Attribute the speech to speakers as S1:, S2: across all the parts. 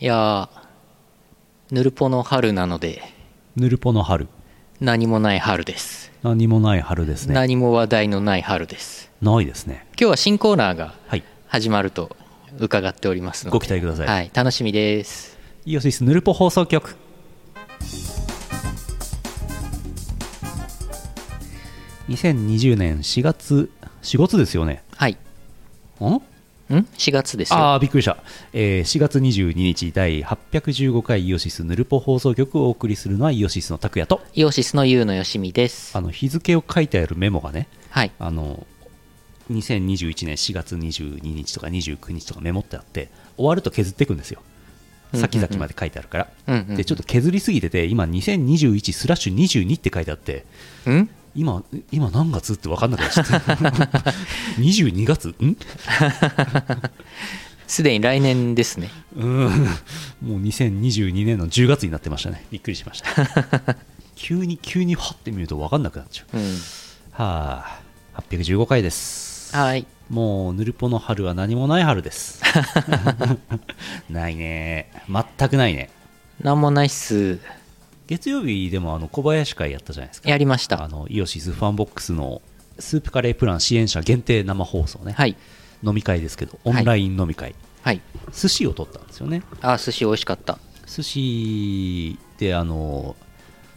S1: いやーヌルポの春なので
S2: ぬるぽの春
S1: 何もない春です
S2: 何もない春ですね
S1: 何も話題のない春です
S2: ないですね
S1: 今日は新コーナーが
S2: はい
S1: 始まると伺っておりますので
S2: ご期待ください
S1: はい、楽しみです
S2: イオシスヌルポ放送局2020年4月4月ですよね
S1: はい
S2: ん
S1: ん4月ですよ
S2: ああびっくりした、えー4月22日第815回イオシスヌルポ放送局をお送りするのはイオシスの拓也と
S1: イオシスのユウのよしみです
S2: あの日付を書いてあるメモがね
S1: はい
S2: あの2021年4月22日とか29日とかメモってあって終わると削っていくんですよ
S1: うんうんうん
S2: 先々まで書いてあるから、
S1: うんうんうん
S2: でちょっと削りすぎてて今2021スラッシュ22って書いてあって
S1: ん
S2: 今今何月って分かんなくなっちゃった 22月ん
S1: すでに来年ですね
S2: うんもう2022年の10月になってましたねびっくりしました 急に急にはって見ると分かんなくなっちゃう
S1: うん
S2: はあ815回です
S1: はい
S2: もうぬるぽの春は何もない春ですないね全くないね
S1: 何もないっす
S2: 月曜日でもあの小林会やったじゃないですか
S1: やりまし
S2: あ
S1: た
S2: のイオシスファンボックスのスープカレープラン支援者限定生放送ね、
S1: はい
S2: 飲み会ですけどオンライン飲み会、
S1: はい
S2: 寿司を取ったんですよね
S1: あ寿司美味しかった
S2: 寿司であの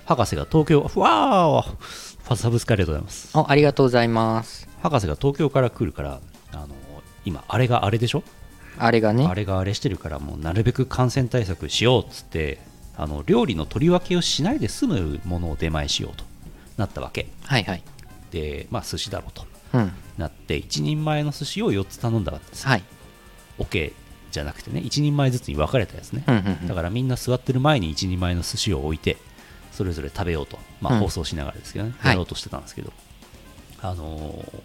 S2: 博士が東京わーファサブスカレーでございます
S1: あありがとうございます
S2: 博士が東京から来るからあの今あれがあれでしょ
S1: あれがね
S2: あれがあれしてるからもうなるべく感染対策しようっつってあの料理の取り分けをしないで済むものを出前しようとなったわけ
S1: はいはい
S2: でまあ寿司だろうと
S1: うん
S2: なって1人前の寿司を4つ頼んだわけです
S1: はい
S2: オケじゃなくてね1人前ずつに分かれたやつね、
S1: うんうんうん
S2: だからみんな座ってる前に1人前の寿司を置いてそれぞれ食べようと、ま
S1: う
S2: あ、
S1: ん
S2: 放送しながらですけどね、
S1: はい
S2: やろうとしてたんですけど、あのー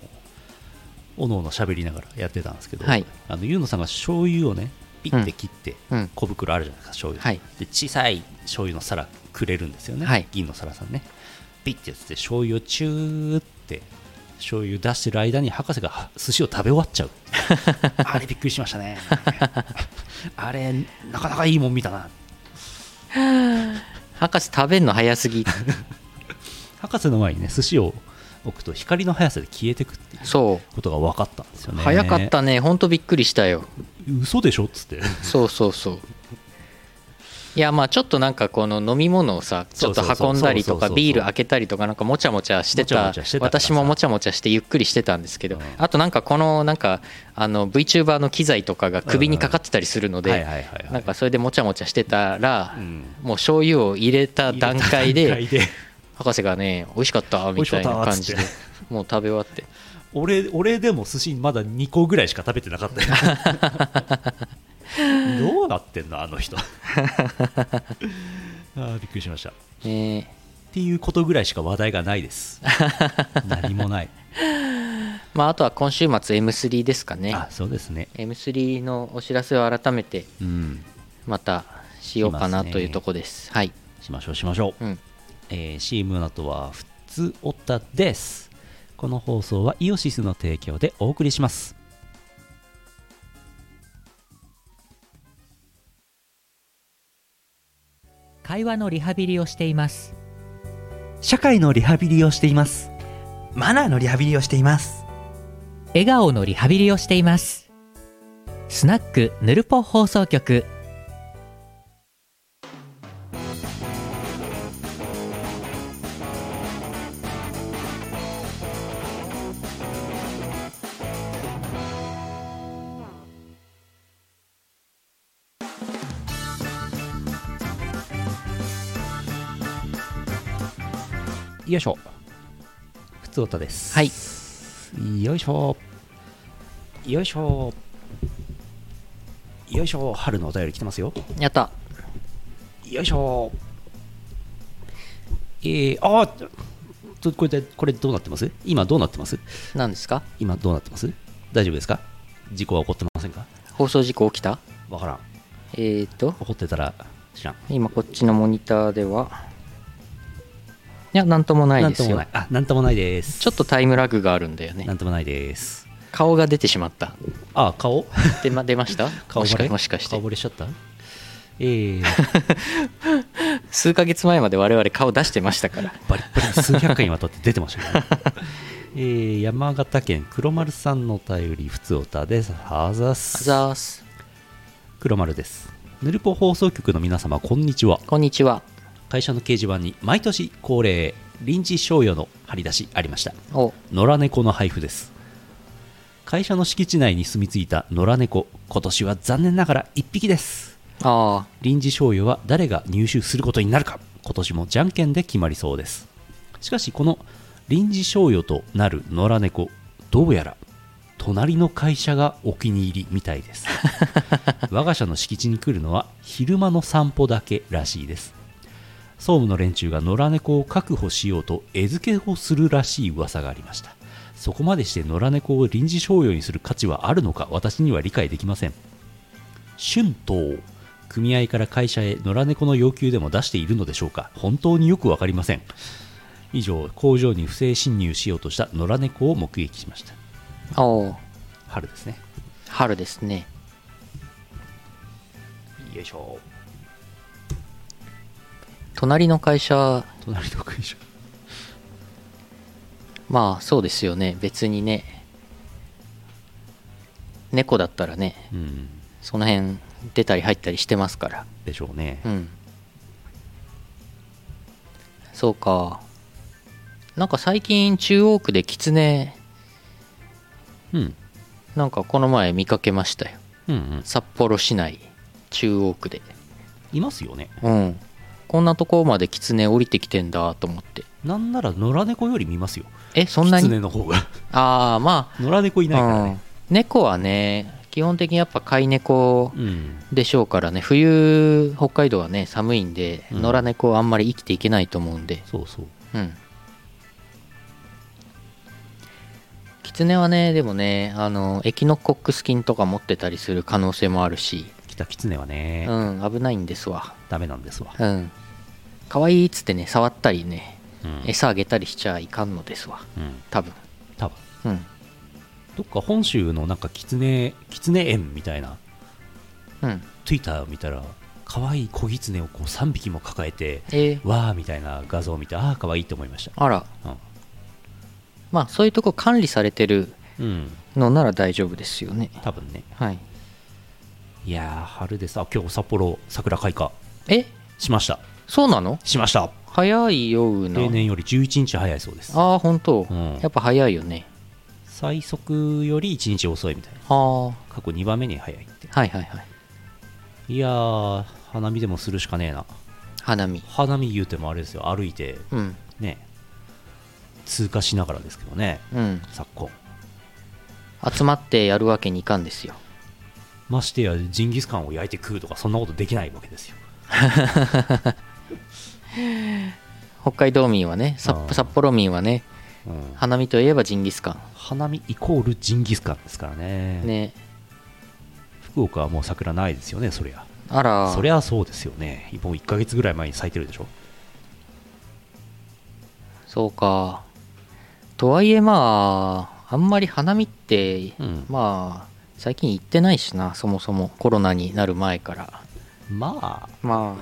S2: おのおの喋りながらやってたんですけど、
S1: はい
S2: あのゆうのさんが醤油をねピッて切って、
S1: うん
S2: 小袋あるじゃないですか醤油、
S1: はい
S2: で小さい醤油の皿くれるんですよね、
S1: はい
S2: 銀の皿さんねピッてやって醤油をチューって醤油出してる間に博士が寿司を食べ終わっちゃう あれびっくりしましたねあれなかなかいいもん見たな
S1: 博士食べんの早す ぎ
S2: 博士の前にね寿司を置くと光の速さで消えてくっていう
S1: そ
S2: ことが分かったんですよ
S1: う
S2: ね
S1: 早かったねほんとびっくりしたよ
S2: 嘘でしょっつって
S1: そうそうそういやまあちょっとなんかこの飲み物をさちょっと運んだりとか
S2: そうそうそうそうそうそうそう
S1: ビール開けたりとかなんかもちゃもちゃして
S2: もちゃ
S1: た
S2: もちゃしてたからさ
S1: 私ももちゃもちゃしてゆっくりしてたんですけど
S2: うん
S1: あとなんかこのなんかあの VTuber の機材とかが首にかかってたりするの
S2: はい
S1: で
S2: はいはいはい
S1: なんかそれでもちゃもちゃしてたら
S2: うん
S1: もう醤油を入れた段階
S2: 段階
S1: で
S2: で
S1: 博士がね美味しかった
S2: 美味
S1: み
S2: しか
S1: た
S2: っ
S1: い
S2: た
S1: な感じで
S2: つっ
S1: もう食べ終わって
S2: 俺俺でも寿司まだ2個ぐらいしか食べてなかったよどうなってんのあの人 あーびっくりしましたっ
S1: ね
S2: ていうことぐらいしか話題がないです何もない
S1: まああとは今週末 M3 ですかね
S2: あそうですね
S1: M3 のお知らせを改めて
S2: うん
S1: またしようかな
S2: しますね
S1: というとこですはい、
S2: しましょうしましょう
S1: うん、
S2: えー、CM の後は「ふつおた」ですこの放送はイオシスの提供でお送りします
S3: 会話のリハビリをしています
S2: 社会のリハビリをしています
S4: マナーのリハビリをしています
S3: 笑顔のリハビリをしていますスナックぬるぽ放送局
S2: よいしょふつおたです
S1: はい
S2: よいしょよいしょよいしょ春のお便り来てますよ
S1: やった
S2: よいしょえー、あーちょこれでこれどうなってます今どうなってます
S1: 何ですか
S2: 今どうなってます大丈夫ですか事故は起こってませんか
S1: 放送事故起きた
S2: わからん
S1: えっ、ー、と
S2: 怒ってたら知らん
S1: 今こっちのモニターではいや何ともないですよ
S2: なんともないあなんともないです
S1: ちょっとタイムラグがあるんだよね
S2: なんともないです
S1: 顔が出てしまった
S2: あ顔
S1: でま出ました
S2: 顔
S1: もし
S2: バ
S1: か
S2: レ
S1: もしかして
S2: 顔バレしちゃったええ
S1: 数ヶ月前まで我々顔出してましたから
S2: バリッバリ数百回にわたって出てましたね えー山形県黒丸さんのお便りふつおたですあざっす
S1: ざーす
S2: 黒丸ですヌルポ放送局の皆様こんにちは
S1: こんにちは
S2: 会社の掲示板に毎年恒例臨時賞与の張り出しありました
S1: お
S2: 野良猫の配布です会社の敷地内に住み着いた野良猫今年は残念ながら1匹です
S1: あ
S2: 臨時賞与は誰が入手することになるか今年もじゃんけんで決まりそうですしかしこの臨時賞与となる野良猫どうやら隣の会社がお気に入りみたいです我が社の敷地に来るのは昼間の散歩だけらしいです総務の連中が野良猫を確保しようと餌付けをするらしい噂がありましたそこまでして野良猫を臨時商用にする価値はあるのか私には理解できません春闘組合から会社へ野良猫の要求でも出しているのでしょうか本当によくわかりません以上工場に不正侵入しようとした野良猫を目撃しました
S1: あお
S2: 春ですね
S1: 春ですね
S2: よいしょ
S1: 隣の会社
S2: 隣の会社
S1: まあそうですよね別にね猫だったらね
S2: うん
S1: その辺出たり入ったりしてますから
S2: でしょうね
S1: うんそうかなんか最近中央区でキツネ
S2: うん
S1: なんかこの前見かけましたよ
S2: うんうん
S1: 札幌市内中央区で
S2: いますよね
S1: うんこんなとこまでキツネ降りてきてんだと思って
S2: なんなら野良猫より見ますよ
S1: えそんなに
S2: 狐の方が
S1: ああまあ
S2: 野良猫いないからね
S1: うん、猫はね基本的にやっぱ飼い猫
S2: うん
S1: でしょうからね冬北海道はね寒いんで
S2: うん
S1: 野良猫はあんまり生きていけないと思うんで
S2: そうそう
S1: うんキツネはねでもねあのエキノコックス菌とか持ってたりする可能性もあるし
S2: 北狐はね、
S1: うん危ないんですわ
S2: ダメなんですわ、
S1: うん可愛いっつってね触ったりね
S2: うん
S1: 餌あげたりしちゃいかんのですわ
S2: うん、
S1: 多分
S2: 多分
S1: うん
S2: どっか本州のなんか狐狐園みたいな
S1: うん
S2: ツイッター見たら可愛い子狐をこう3匹も抱えて
S1: えー
S2: わーみたいな画像を見てああ可愛いと思いました
S1: あらまあそういうとこ管理されてる
S2: うん、うん、
S1: のなら大丈夫ですよね
S2: 多分ね
S1: はい
S2: いやー春ですあ今日札幌桜開花
S1: え
S2: しました
S1: そうなの
S2: しました
S1: 早いような
S2: 例年より11日早いそうです
S1: ああ本当、
S2: うん
S1: やっぱ早いよね
S2: 最速より1日遅いみたいな
S1: ああは
S2: 過去2番目に早いって
S1: いはいはい
S2: いやー花見でもするしかねえな
S1: 花見
S2: 花見言うてもあれですよ歩いて
S1: うん
S2: ね通過しながらですけどね
S1: うん
S2: 昨今
S1: 集まってやるわけにいかんですよ
S2: ましてやジンギスカンを焼いて食うとかそんなことできないわけですよ
S1: 北海道民はね札
S2: あー
S1: 札幌民はね
S2: うん
S1: 花見といえばジンギスカ
S2: 花見イコールジンギスカンですからね
S1: ンね
S2: 福岡はもう桜ないですよねそりゃ
S1: あら
S2: そりゃそうですよねもう1ヶ月ぐらい前に咲いてるでしょ
S1: そうかとはいえまああんまり花見って、
S2: うん
S1: まあ最近行ってないしなそもそもコロナになる前から
S2: まあ、
S1: ま
S2: うん、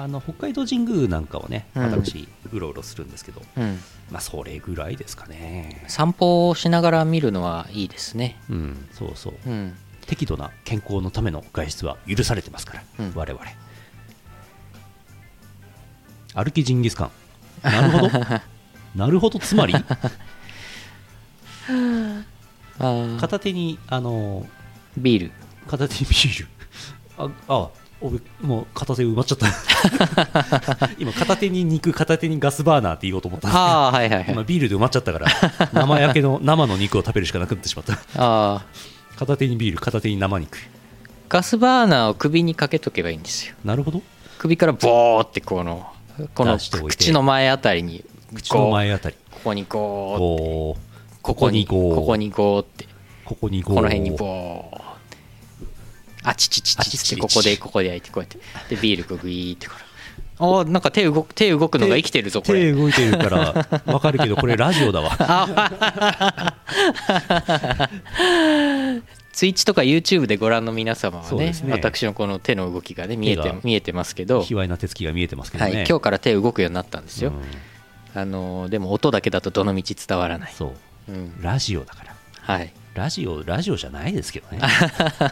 S2: あの北海道神宮なんかをね
S1: うん
S2: 私うろうろするんですけど、
S1: あうん
S2: まあそれぐらいですかね
S1: 散歩をしながら見るのはいいですね
S2: うんそうそう
S1: うん
S2: 適度な健康のための外出は許されてますから、
S1: うん
S2: 我々歩きジンギスカンなるほど なるほどつまり
S1: あー
S2: 片手にあの
S1: ビール
S2: 片手にビールああ俺もう片手埋まっちゃった 今片手に肉片手にガスバーナーって言おうと思ったんですけど
S1: ああはいはいはい
S2: 今ビールで埋まっちゃったから生焼けの生の肉を食べるしかなくなってしまっ た
S1: ああ
S2: 片手にビール片手に生肉
S1: ガスバーナーを首にかけとけばいいんですよ
S2: なるほど
S1: 首からボーってこのこの
S2: 出しておいて
S1: 口の前あたりに
S2: 口の前あたり
S1: こうここにゴーって
S2: こうここにこう
S1: ここにゴーって
S2: ここにこ
S1: こ
S2: う
S1: の辺にボーってあちちち
S2: あ
S1: ち
S2: ちち
S1: ち
S2: ち
S1: ちここでここで焼いてこうやってでビールこうグイーってこれおーなんか手動く手動くのが生きてるぞこ
S2: 手
S1: れ
S2: 動いてるからわかるけどこれラジオだわ
S1: ツイッチとか YouTube でご覧の皆様は
S2: そうで
S1: ね
S2: すね
S1: 私のこの手の動きがね見え
S2: 手
S1: て
S2: が
S1: 見えてますけ ど、
S2: 卑猥な手つきが見えてますけど
S1: は
S2: ね、
S1: い、今日から手動くようになったんですよ、
S2: う
S1: あのーでも音だけだとどの道伝わら
S2: ん
S1: ない、
S2: そう
S1: うん、
S2: ラジオだから
S1: はい
S2: ラジオラジオじゃないです けどね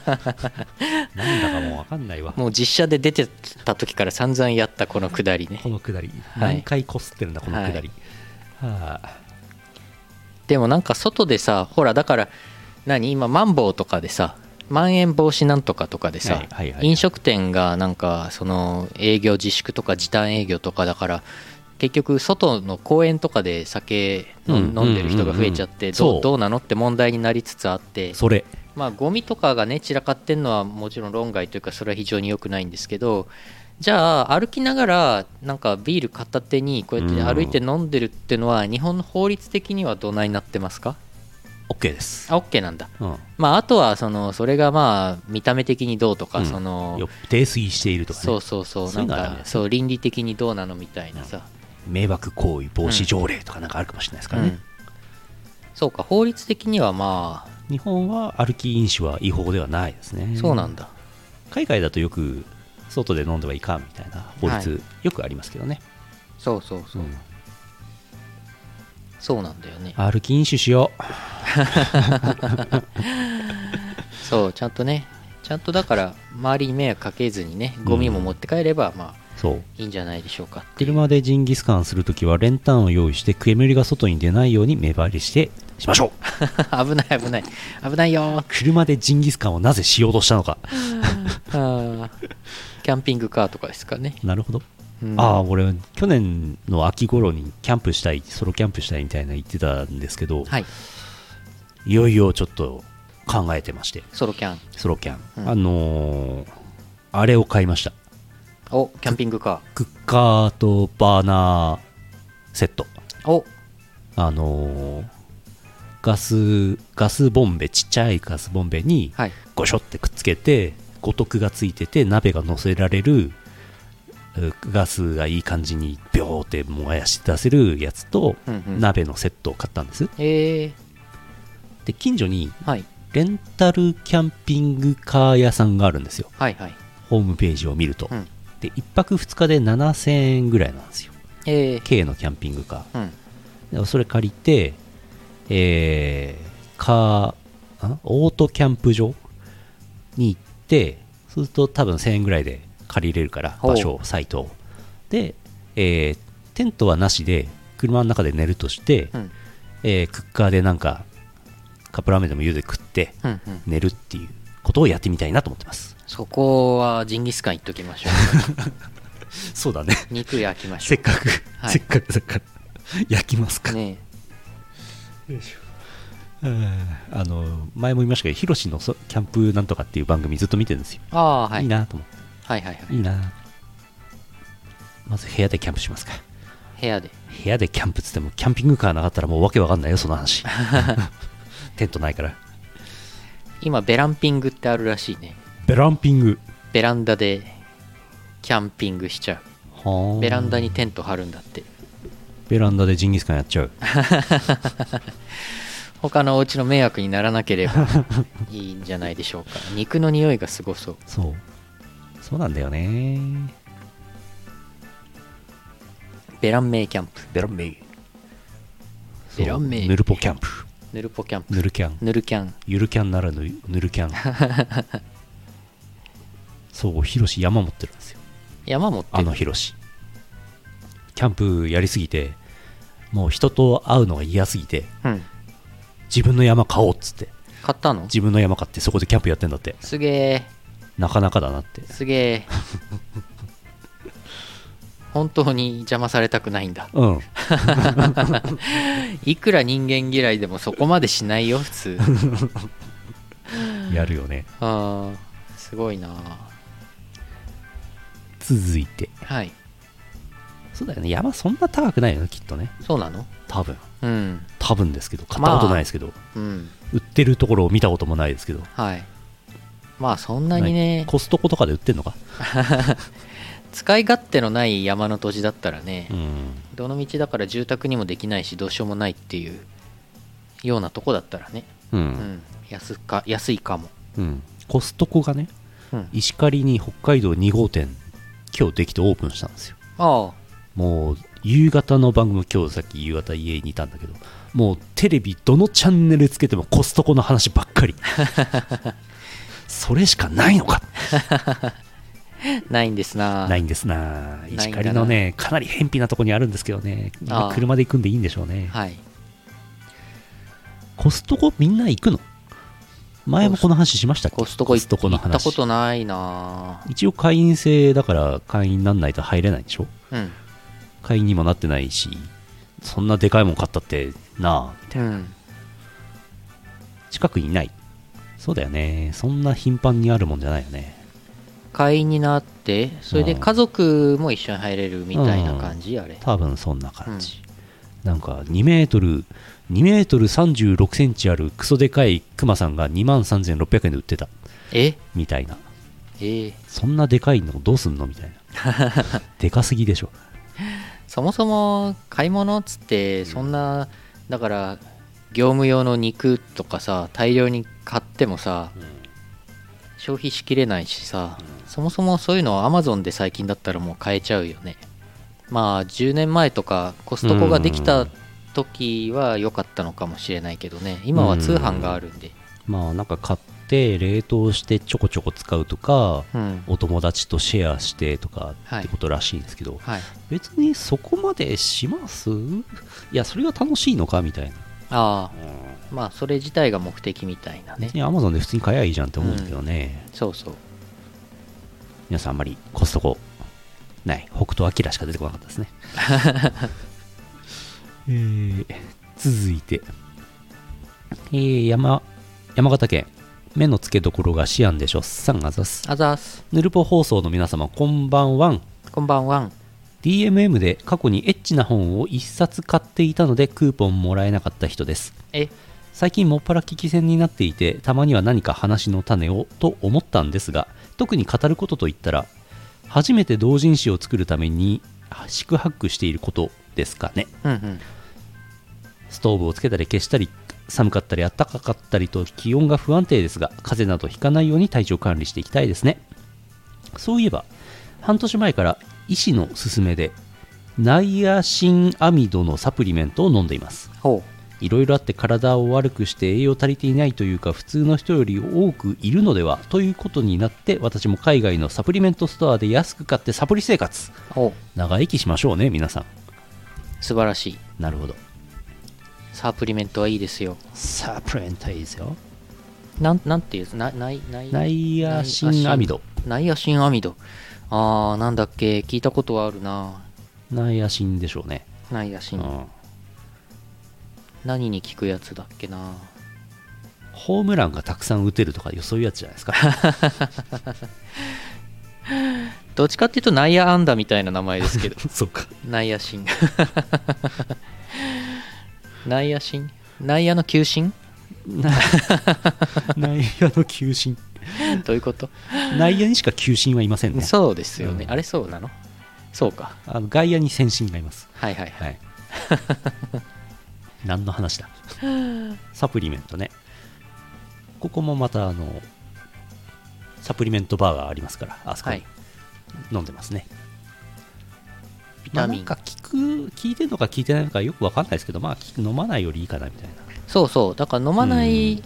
S2: なんだかもう分かんないわ
S1: もう実写で出てた時から散々やったこのくだりね
S2: このくだり、
S1: はい
S2: 何回こすってるんだこのくだり、はあ
S1: でもなんか外でさほらだから何今マンボウとかでさまん延防止なんとかとかでさ、
S2: はいはいはい
S1: 飲食店がなんかその営業自粛とか時短営業とかだから結局外の公園とかで酒の
S2: うん
S1: 飲んでる人が増えちゃっ
S2: うんうんう
S1: て
S2: ん
S1: ど
S2: そう
S1: うどうなのって問題になりつつあって
S2: それ
S1: まあゴミとかがね散らかってんのはもちろん論外というかそれは非常に良くないんですけどじゃあ歩きながらなんかビール片手にこうやって歩いて飲んでるってのは日本の法律的にはどないなってますか
S2: OK です、
S1: あ OK なんだ、
S2: うん、
S1: まあ、あとはそのそれがまあ見た目的にどうとか、
S2: うん
S1: その
S2: よ泥酔しているとか、ね、
S1: そうそうそう
S2: そう
S1: ない
S2: うんのはダメ
S1: か
S2: です
S1: そう倫理的にどうなのみたいなさ、
S2: 迷惑行為防止条例とかなんかあるかもしれないですから
S1: う
S2: ね
S1: ん、そうか法律的にはまあ
S2: 日本は歩き飲酒は違法ではないですね
S1: そうなんだ、
S2: 海外だとよく外で飲んではいかんみたいな法律、よくありますけどね、
S1: そうそうそう、
S2: うん
S1: そうなんだよね
S2: 歩き飲酒しよ
S1: そうちゃんとねちゃんとだから周りに迷惑かけずにねゴミも持って帰ればまあ
S2: うそう
S1: いいんじゃないでしょうかって いう
S2: 車でジンギスカンするときは練炭を用意して煙が外に出ないように目張りしてしましょう
S1: 危ない危ない危ない よ
S2: 車でジンギスカンをなぜしようとしたのか
S1: ーあーキャンピングカーとかですかね、
S2: なるほど、
S1: うん
S2: ああ俺去年の秋頃にキャンプしたいソロキャンプしたいみたいな言ってたんですけど、
S1: はい
S2: い、よいよちょっと考えてまして
S1: ソロキャン
S2: ソロキャン、
S1: うん
S2: あのーあれを買いました
S1: おキャンピングカ
S2: クッカーとバーナーセット
S1: ーお
S2: あのーガスガスボンベちっちゃいガスボンベに
S1: はい
S2: ごしょってくっつけて五徳がついてて鍋が乗せられるうガスがいい感じにビョーって燃やし出せるやつと、
S1: うんうん
S2: 鍋のセットを買ったんです
S1: え
S2: で近所に
S1: ー、はい
S2: レンタルキャンピングカー屋さんがあるんですよ
S1: はいはい
S2: ホームページを見ると、
S1: うん
S2: で1泊2日で7000円ぐらいなんですよ
S1: えー、
S2: 軽のキャンピングカ
S1: うん
S2: ーでそれ借りてえーカーんオートキャンプ場に行ってそうすると多分1000円ぐらいで借りれるから
S1: ほう
S2: 場所サイトをで、えーテントはなしで車の中で寝るとして、
S1: うん
S2: えークッカーでなんかカップラーメンでも茹で食って
S1: うんうん
S2: 寝るっていうことをやってみたいなと思ってます
S1: そこはジンギスカン行っときましょ
S2: そうだね
S1: う肉焼きまし
S2: せ
S1: ょ
S2: っかく、
S1: はい
S2: せっかくだから 焼きますか
S1: うね
S2: あの前も言いましたけどヒロシのそキャンプなんとかっていう番組ずっと見てるんですよ、、
S1: ああーはいい
S2: いなと思っ
S1: はいはいは
S2: ていいなまず部屋でキャンプしますか
S1: い部屋で
S2: 部屋でキャンプっつってもキャンピングカーなかったらもうわけわかんないよそ の話テントないから
S1: 今ベランピングってあるらしいね
S2: ベランピング
S1: ベランダでキャンピングしちゃうベランダにテント張るんだって
S2: ベランダでジンギスカンやっちゃう
S1: 他のお家の迷惑にならなければいいんじゃないでしょうか肉の匂いがすごそう
S2: そうそうなんだよね
S1: ベランメイキャンプ
S2: ベランメイ
S1: ベランメイ
S2: ヌルポキャンプ
S1: ぬるぽキャンプ
S2: ヌルキャン
S1: ぬるキャン
S2: ゆるキャンならぬぬるキャン そうヒロシ山持ってるんですよ
S1: 山持って
S2: あのヒロシキャンプやりすぎてもう人と会うのが嫌すぎて
S1: うん
S2: 自分の山買おうっつって
S1: 買ったの
S2: 自分の山買ってそこでキャンプやってんだって
S1: すげえ
S2: なかなかだなって
S1: すげえ本当に邪魔されたくないんだ
S2: うん
S1: いくら人間嫌いでもそこまでしないよ普通
S2: やるよね
S1: あーすごいな
S2: 続いて
S1: はい
S2: そうだよね山そんな高くないよねきっとね
S1: そうなの
S2: 多分
S1: うん
S2: 多分ですけど買ったことないですけど、
S1: うん
S2: 売ってるところを見たこともないですけど
S1: はいまあそんなに
S2: な
S1: ね
S2: いコストコとかで売ってんのか
S1: 使い勝手のない山の土地だったらね、
S2: うん
S1: どの道だから住宅にもできないしどうしようもないっていうようなとこだったらね
S2: う
S1: うんん、安か安いかも、
S2: うん、コストコがね
S1: うん、
S2: 石狩に北海道2号店今日できてオープンしたんですよ
S1: ああ
S2: もう夕方の番組今日さっき夕方家にいたんだけどもうテレビどのチャンネルつけてもコストコの話ばっ かりそれしかないのか
S1: ないんですな
S2: ないんですな
S1: ないんだな
S2: 石狩のねかなり偏僻なとこにあるんですけどね
S1: ああ
S2: 車で行くんでいいんでしょうね
S1: はい
S2: コストコみんな行くの前もこの話しましたっけ
S1: コストコ行
S2: コの
S1: 行った
S2: 話
S1: ことないな
S2: 一応会員制だから会員になんないと入れないでしょ
S1: うん、
S2: 会員にもなってないしそんなでかいもん買ったってなあ
S1: うん、
S2: 近くにないそうだよねそんな頻繁にあるもんじゃないよね
S1: 会員になってそれで
S2: うん
S1: 家族も一緒に入れるみたいな感じ、あれ
S2: 多分そんな感じ、なんか2メートル2メートル36センチあるクソでかいクマさんが2万3600円で売ってた
S1: え
S2: みたいな
S1: えー
S2: そんなでかいのどうすんのみたい なでかすぎでしょ
S1: そもそも買い物っつってそんな、だから業務用の肉とかさ大量に買ってもさ、消費しきれないしさ、そもそもそういうのは Amazon で最近だったらもう買えちゃうよねまあ10年前とかコストコができた時は良かったのかもしれないけどね今は通販があるんで
S2: まあなんか買って冷凍してちょこちょこ使うとか
S1: うん
S2: お友達とシェアしてとかってことらしいんですけど、
S1: はい
S2: 別にそこまでしますいやそれが楽しいのかみたいな
S1: ああまあそれ自体が目的みたいなね
S2: 別に Amazon で普通に買えばいいじゃんって思うんだけどね、
S1: そうそう
S2: 皆さんあんまりコストコない北斗晶しか出てこなかったですねえー続いて、えー山山形県目の付けどころがシアンでしょさんあざす
S1: あざーす
S2: ヌルポ放送の皆様こんばんはん
S1: こんばんはん
S2: DMM で過去にエッチな本を1冊買っていたのでクーポンもらえなかった人です
S1: え
S2: 最近もっぱら聞き戦になっていてたまには何か話の種をと思ったんですが特に語ることといったら初めて同人誌を作るために四苦八苦していることですかね
S1: うんうん
S2: ストーブをつけたり消したり寒かったり暖かかったりと気温が不安定ですが風邪などひかないように体調管理していきたいですねそういえば半年前から医師の勧めでナイアシンアミドのサプリメントを飲んでいます
S1: ほ
S2: いろいろあって体を悪くして栄養足りていないというか普通の人より多くいるのではということになって私も海外のサプリメントストアで安く買ってサプリ生活
S1: うほう
S2: 長生きしましょうね皆さん
S1: 素晴らしい
S2: なるほど
S1: サプリメントはいいですよ
S2: サプリメントいいですよ
S1: なんなんていうなないない
S2: ナイアシンアミド
S1: ナイアシンアミドあーなんだっけ聞いたことはあるな
S2: ナイアシンでしょうね、
S1: ナイアシ
S2: う
S1: ン、
S2: ん、
S1: 何に効くやつだっけな
S2: ホームランがたくさん打てるとかそういうやつじゃないですか
S1: どっちかっていうとナイアアンダみたいな名前ですけ ど
S2: そうか
S1: ナイアシン ナイアシンナイアの球審
S2: な内野の球審
S1: どういうこと
S2: 内野にしか球審はいませんね
S1: そうですよね、
S2: うん
S1: あれそうなのそうか
S2: あの外野に先進がいます
S1: はいはいはい
S2: はい。 何 の話だサプリメントね。ここもまた、あの、サプリメントバーがありますから、あそこに、
S1: はい
S2: 飲んでますね。
S1: ビ
S2: まあ
S1: タミ
S2: なん
S1: ン
S2: か聞く、聞いてるのか聞いてないのかよくわかんないですけど、まあ、聞く飲まないよりいいかなみたい
S1: そうそうだから飲まない、
S2: うん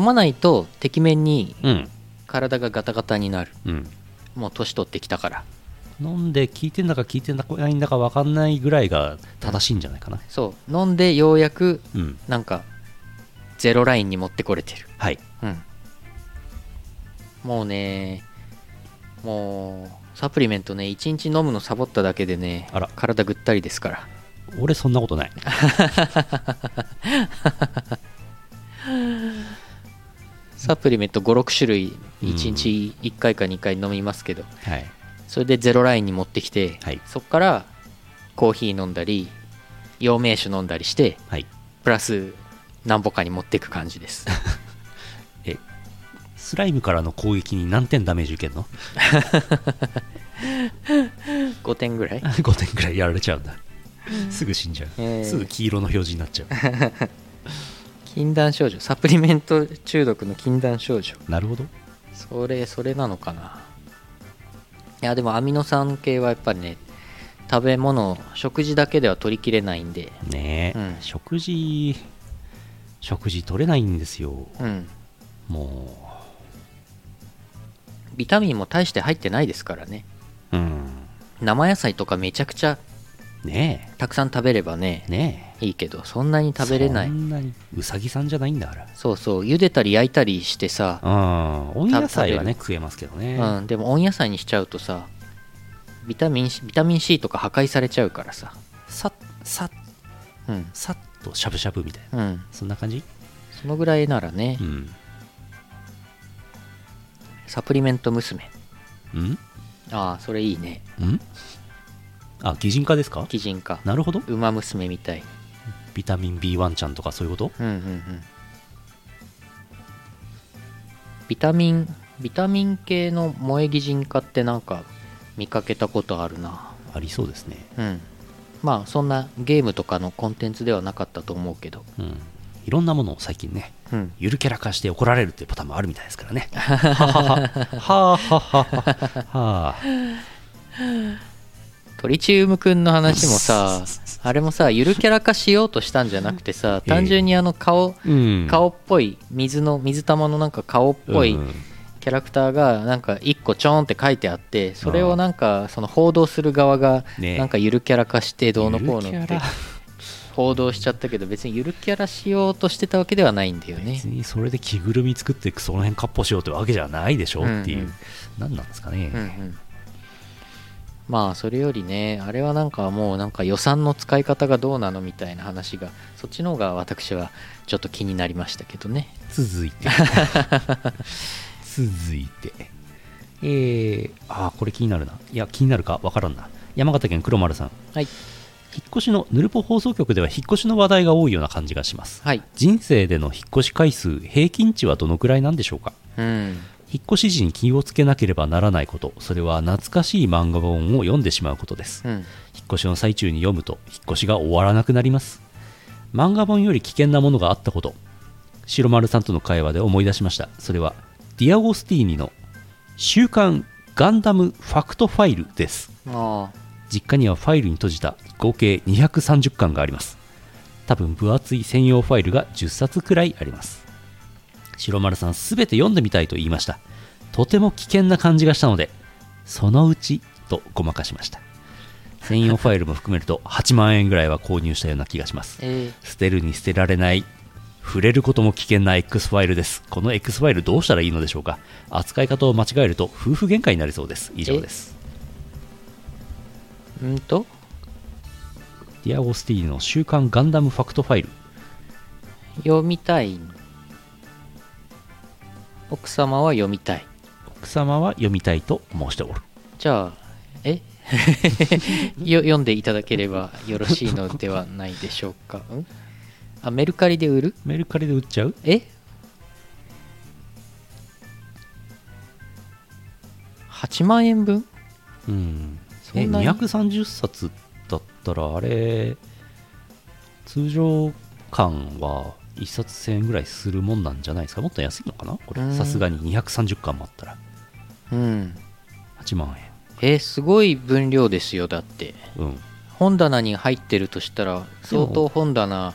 S1: 飲まないとてきめんに
S2: な。うん。
S1: 体がガタガタになる
S2: うん。
S1: もう年取ってきたから
S2: 飲んで聞いてんだか聞いてないんだかわかんないぐらいが正しいんじゃないかな。
S1: そう飲んでようやく
S2: うん。
S1: なんかゼロラインに持ってこれてる
S2: はい。
S1: うんもうねもうサプリメントね1日飲むのサボっただけでね
S2: あら
S1: 体ぐったりですから
S2: 俺そんなことない
S1: サプリメント56種類1日1回か2回飲みますけど、
S2: はい
S1: それでゼロラインに持ってきて、
S2: はい
S1: そっからコーヒー飲んだり陽明酒飲んだりして
S2: はい
S1: プラス何歩かに持っていく感じです
S2: スライムからの攻撃に何点ダメージ受けるの
S1: 5点ぐらい
S2: 5点くらいやられちゃうんだすぐ死んじゃう、
S1: ええ
S2: すぐ黄色の表示になっちゃう
S1: 黄禁断症状サプリメント中毒の禁断症状
S2: なるほど
S1: それそれなのかないやでもアミノ酸系はやっぱりね食べ物食事だけでは取りきれないんで
S2: ねえ、
S1: うん
S2: 食事食事取れないんですよ
S1: うん
S2: も
S1: ビタミンも大して入ってないですからね
S2: ううん
S1: 生野菜とかめちゃくちゃ
S2: ね
S1: たくさん食べればね
S2: えねえ
S1: いいけどそんなに食べれない
S2: そんなにうさぎさんじゃないんだから
S1: そうそう茹でたり焼いたりしてさ、
S2: うん温野菜はね
S1: 食
S2: 食えますけど
S1: う
S2: ね、
S1: ん、でも温野菜にしちゃうとさビタミン C, ビタミン C とか破壊されちゃうからさ
S2: ささ
S1: うん
S2: さっとしゃぶしゃぶみたいな
S1: うん
S2: そんな感じ
S1: そのぐらいならね、
S2: うん、
S1: サプリメント娘
S2: うん、
S1: ああそれいいね
S2: うんあ擬人化ですか
S1: 擬人化
S2: なるほど
S1: ウマ娘みたい
S2: ビタミン B1 ちゃんとかそういうこと
S1: うんうんうんビタミンビタミン系の萌え擬人化ってなんか見かけたことあるな
S2: ありそうですね
S1: うんまあそんなゲームとかのコンテンツではなかったと思うけど
S2: うんいろんなものを最近ね
S1: うん
S2: ゆるキャラ化して怒られるっていうパターンもあるみたいですからねはははははははは
S1: トリチウムくんの話も さあれもさゆるキャラ化しようとしたんじゃなくてさ単純にあの顔、
S2: うん
S1: 顔っぽい水の水玉のなんか顔っぽい
S2: うん
S1: キャラクターがなんか1個ちょんって書いてあってそれをなんかその報道する側が
S2: ねえ
S1: なんかゆるキャラ化してどうのこう
S2: ゆる
S1: のっ
S2: キャ
S1: て
S2: ラ
S1: 報道しちゃったけど別にゆるキャラしようとしてたわけではないんだよね
S2: 別にそれで着ぐるみ作ってその辺かっ歩しようってわけじゃないでしょっていう、
S1: うんうん
S2: 何なんですかね、
S1: うんうんまあそれよりねあれはなんかもうなんか予算の使い方がどうなのみたいな話がそっちの方が私はちょっと気になりましたけどね
S2: 続いて続いてえー、あーこれ気になるないや気になるかわからんな山形県黒丸さん
S1: はい
S2: 引っ越しのヌルポ放送局では引っ越しの話題が多いような感じがします
S1: はい
S2: 人生での引っ越し回数平均値はどのくらいなんでしょうか
S1: うん
S2: 引っ越し時に気をつけなければならないことそれは懐かしい漫画本を読んでしまうことです
S1: うん
S2: 引っ越しの最中に読むと引っ越しが終わらなくなります漫画本より危険なものがあったこと白丸さんとの会話で思い出しましたそれはディアゴスティーニの「週刊ガンダムファクトファイル」です
S1: ああ
S2: 実家にはファイルに閉じた合計230巻があります多分分厚い専用ファイルが10冊くらいあります白丸さんすべて読んでみたいと言いましたとても危険な感じがしたのでそのうちとごまかしました専用ファイルも含めると8万円ぐらいは購入したような気がします
S1: え
S2: 捨てるに捨てられない触れることも危険な X ファイルですこの X ファイルどうしたらいいのでしょうか扱い方を間違えると夫婦喧嘩になりそうです以上です
S1: ー、うんと
S2: ディアゴスティーニの週刊ガンダムファクトファイル。
S1: 読みたい奥様は読みたい
S2: 奥様は読みたいと申しておる。
S1: じゃあえ よ読んでいただければよろしいのではないでしょうか、ん、あメルカリで売る
S2: メルカリで売っちゃう
S1: え8万円分
S2: うん。
S1: そ
S2: え、
S1: んなに
S2: 230冊だったら、あれ、通常巻は1冊1000円ぐらいするもんなんじゃないですかもっと安いのかなこ
S1: う
S2: れ。
S1: ん
S2: さすがに230巻もあったら
S1: うん
S2: 8万円。
S1: えすごい分量ですよだって
S2: うん。
S1: 本棚に入ってるとしたら相当本棚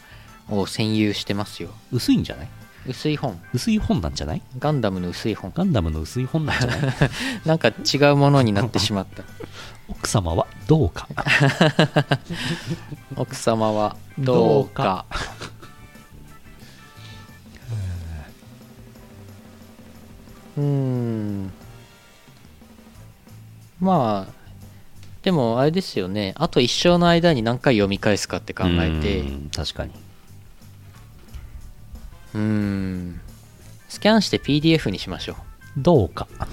S1: を占有してますよ
S2: 薄いんじゃない
S1: 薄い本
S2: 薄い本なんじゃない
S1: ガンダムの薄い本
S2: ガンダムの薄い本なんじゃない
S1: なんか違うものになってしまった
S2: 奥様はどうか。
S1: 奥様はどうか うーんまあでもあれですよねあと一生の間に何回読み返すかって考えて
S2: う。
S1: うん
S2: 確かに。
S1: ーんスキャンして PDF にしましょ
S2: どうか。
S1: う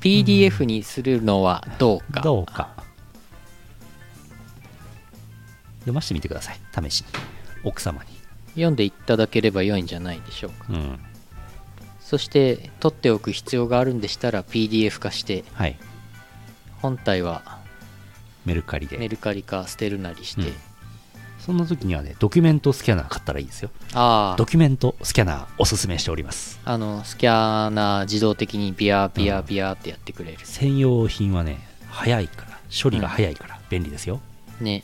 S1: PDF にするのはどうか
S2: どうか読ませてみてください試しに奥様
S1: 読んでいただければ良いんじゃないでしょうか
S2: にうん
S1: そして取っておく必要があるんでしたら PDF 化して
S2: はい
S1: 本体は
S2: メルカリで
S1: メルカリ化捨てるなりして、
S2: うんそんな時にはねドキュメントスキャナー買ったらいいですよ
S1: ああ
S2: ドキュメントスキャナーおすすめしております
S1: あのスキャナー自動的にビヤービヤービヤーってやってくれる、
S2: 専用品はね早いから処理が早いから便利ですよ、
S1: ね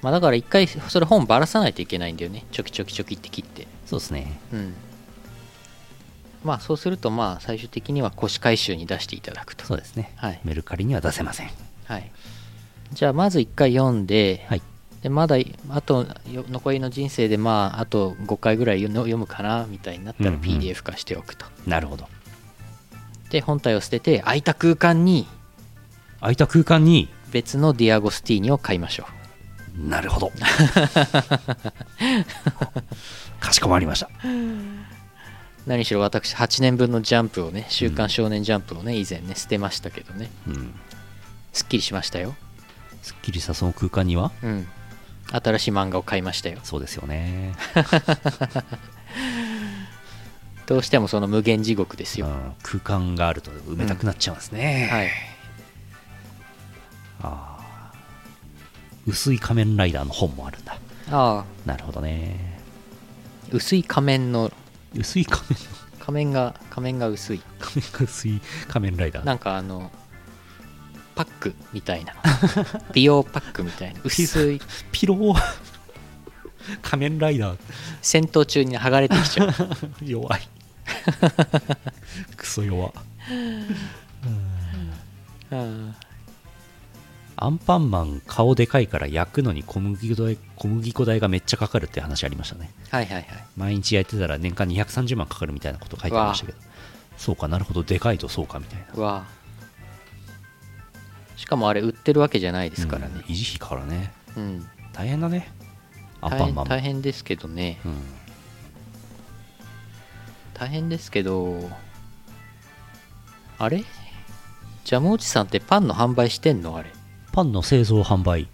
S1: まあだから一回それ本ばらさないといけないんだよねチョキチョキチョキって切って
S2: そうですね
S1: うんまあそうするとまあ最終的には腰回収に出していただくと
S2: そうですね、
S1: はい
S2: メルカリには出せません
S1: はいじゃあまず一回読んで、
S2: はい
S1: でまだあとよ残りの人生でまああと5回ぐらいの読むかなみたいになった
S2: うん
S1: ら
S2: うん
S1: PDF 化しておくと、
S2: なるほど
S1: で本体を捨てて空いた空間に
S2: 空いた空間に
S1: 別のディアゴスティーニを買いましょ
S2: なる ほどかしこまりました
S1: う何しろ私8年分のジャンプをね「週刊少年ジャンプ」をね以前ね捨てましたけどね
S2: うん
S1: すっきりしましたよ
S2: すっきりしたその空間には
S1: うん新しい漫画を買いましたよ
S2: そうですよね、
S1: どうしてもその無限地獄です
S2: う
S1: よ、
S2: ん空間があると埋めたくなっちゃうんですね、
S1: はい
S2: あー薄い仮面ライダーの本もあるんだ
S1: ああ
S2: なるほどね
S1: 薄い仮面の
S2: 薄い仮面
S1: 仮面が仮面が薄い
S2: 仮面 が薄い仮面ライダー
S1: なんかあのパックみたい な美容パックみたいな薄い
S2: ピロー 仮面ライダー
S1: 戦闘中に剥がれてきちゃう
S2: 弱 いクソ弱
S1: うん
S2: アンパンマン顔でかいから焼くのに小麦粉代小麦粉代がめっちゃかかるって話ありましたね
S1: はいはいはい
S2: 毎日焼いてたら年間230万かかるみたいなこと書いてありましたけどそうかなるほどでかいとそうかみたいな
S1: うわしかもあれ売ってるわけじゃないですから
S2: うん
S1: ね
S2: 維持費からね
S1: うん、
S2: 大変だねア
S1: 大
S2: ンパン
S1: 変
S2: マンも
S1: 大変ですけどね
S2: うん
S1: 大変ですけどあれジャムおじさんってパンの販売してんのあれ
S2: パンの製造販売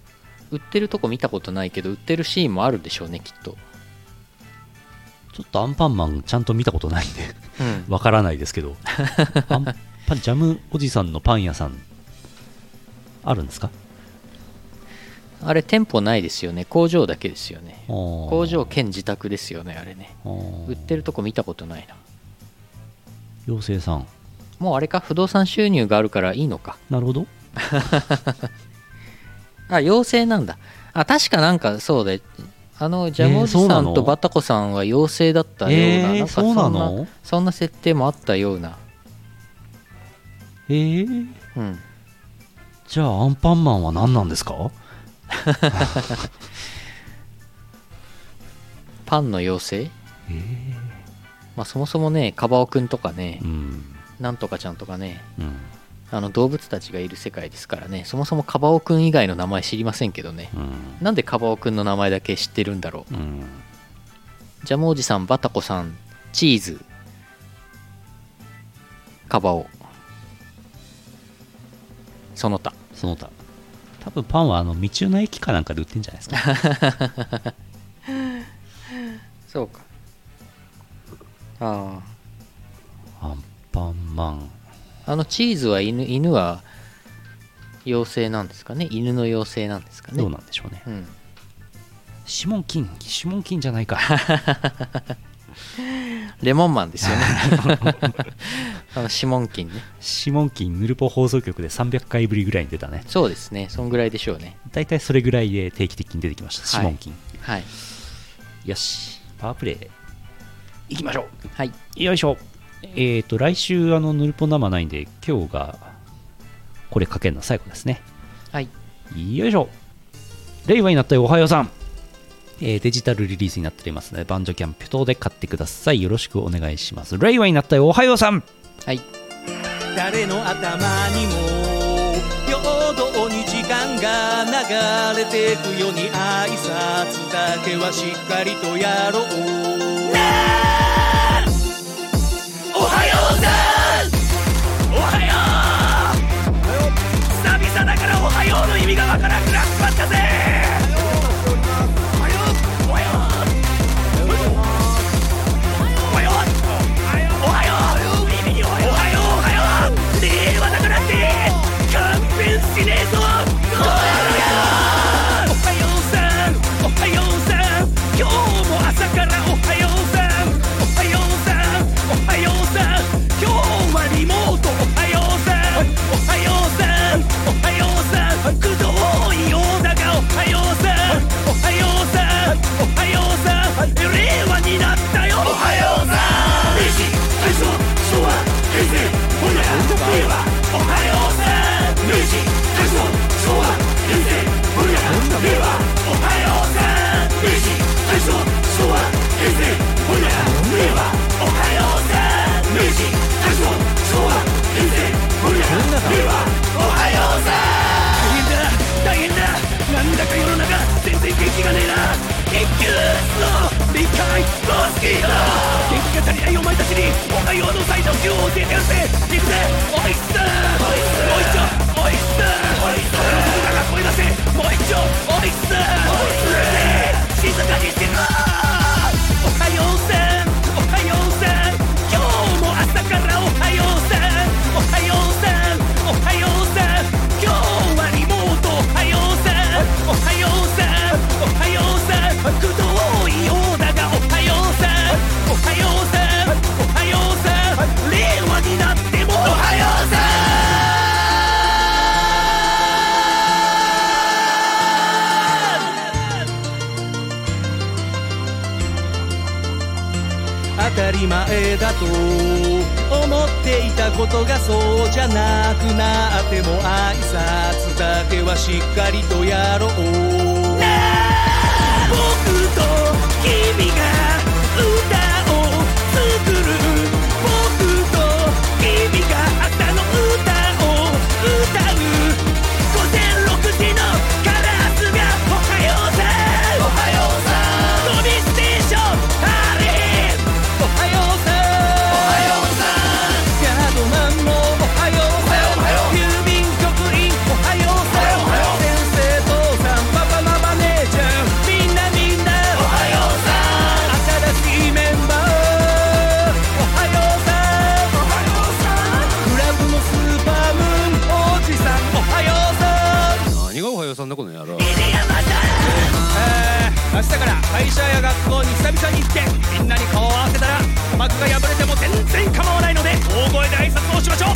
S1: 売ってるとこ見たことないけど売ってるシーンもあるでしょうねきっと
S2: ちょっとアンパンマンちゃんと見たことないんで
S1: う ん
S2: わからないです けどアンパンジャムおじさんのパン屋さんあるんですか
S1: あれ店舗ないですよね工場だけですよね工
S2: 工
S1: 場兼自宅ですよねあれね売ってるとこ見たことないな
S2: 妖精さん
S1: もうあれか不動産収入があるからいいのか
S2: なるほど
S1: あ妖精なんだあ確かなんかそうであのジャムおじ
S2: えーそう
S1: さ
S2: なんの
S1: とバタコさんは妖精だったような,、
S2: えー
S1: なんかそ
S2: そうん
S1: な
S2: なの
S1: そんな設定もあったような
S2: えー、
S1: うん
S2: じゃあアンパンマンは何なんですか
S1: パンの妖精
S2: えー
S1: まあそもそもねカバオくんとかね
S2: うん
S1: なんとかちゃんとかね
S2: うん
S1: あの動物たちがいる世界ですからねそもそもカバオくん以外の名前知りませんけどね
S2: うん
S1: なんでカバオくんの名前だけ知ってるんだろう
S2: うん
S1: ジャムおじさん、バタコさん、チーズ、カバオ、その他。
S2: その他多分パンはあの道の駅かなんかで売ってんじゃないです か
S1: そうか。あ
S2: アンパンマン
S1: あ。あのチーズは犬、犬は妖精なんですかね犬の妖精なんですかね。
S2: どうなんでしょうね
S1: うん。
S2: 指紋金指紋金じゃないか
S1: レモンマンです よね。あの、指紋金ね。
S2: 指紋金ヌルポ放送局で300回ぶりぐらいに出たね
S1: そうですね。そんぐらいでしょうね。
S2: 大体それぐらいで定期的に出てきました
S1: はい
S2: 指紋金、
S1: はい。
S2: よしパワープレイいきましょ
S1: はい。
S2: うよいしょえっ、と来週あのヌルポ生ないんで今日がこれかけるの最後ですね
S1: はい。
S2: よいしょ令和になったよおはようさん、えーデジタルリリースになっておりますのでバンジョキャンプ等で買ってくださいよろしくお願いします令和になったよおはようさん
S1: はい。
S5: 誰の頭にも平等に時間が流れてくように挨拶だけはしっかりとやろうおはようさんおはよう久々だからおはようの意味がわからなくなっちまったぜおはようおはようおはようおはよう耳におはようおはようおはよう令和だからって勘弁しねえぞこの野郎おはようさんおはよう当たり前だと思っていたことがそうじゃなくなっても挨拶だけはしっかりとやろう僕と君が歌を作る僕と君が朝の歌を歌う午前6時のカラスがおはようさんおはようさんゴミステーションあれおはようさんおはようさんガードマンもおはようさん郵便局員おはようさん先生父さんパパママ姉ちゃんみんなみんなおはようさん新しいメンバーおはようさんおはようさんクラブのスーパームーンおじさんおはようさん
S6: 何がおはようさんだこの野郎
S5: えー明日から会社や学校に久々に行ってみんなに顔を合わせたら鼓膜が破れても全然構わないので大声で挨拶をしましょ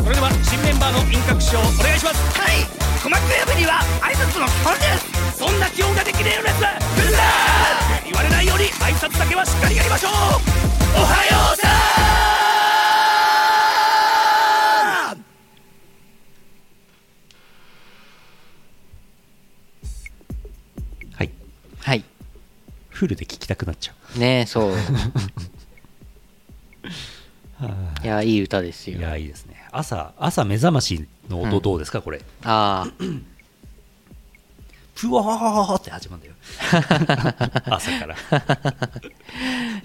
S5: うそれでは新メンバーの輪郭師匠お願いしますはい鼓膜破りは挨拶の基本ですそんな基本ができねえようなやつは来るな言われないように挨拶だけはしっかりやりましょうおはようさん
S2: はい
S1: はい
S2: フルで聞きたくなっちゃ
S1: ねえそう
S2: うはい
S1: やいい歌です
S2: いい
S1: よ
S2: やいいですね朝朝目覚ましの音どうですか、これ
S1: ああ
S2: プワーって始まるんだよ 朝から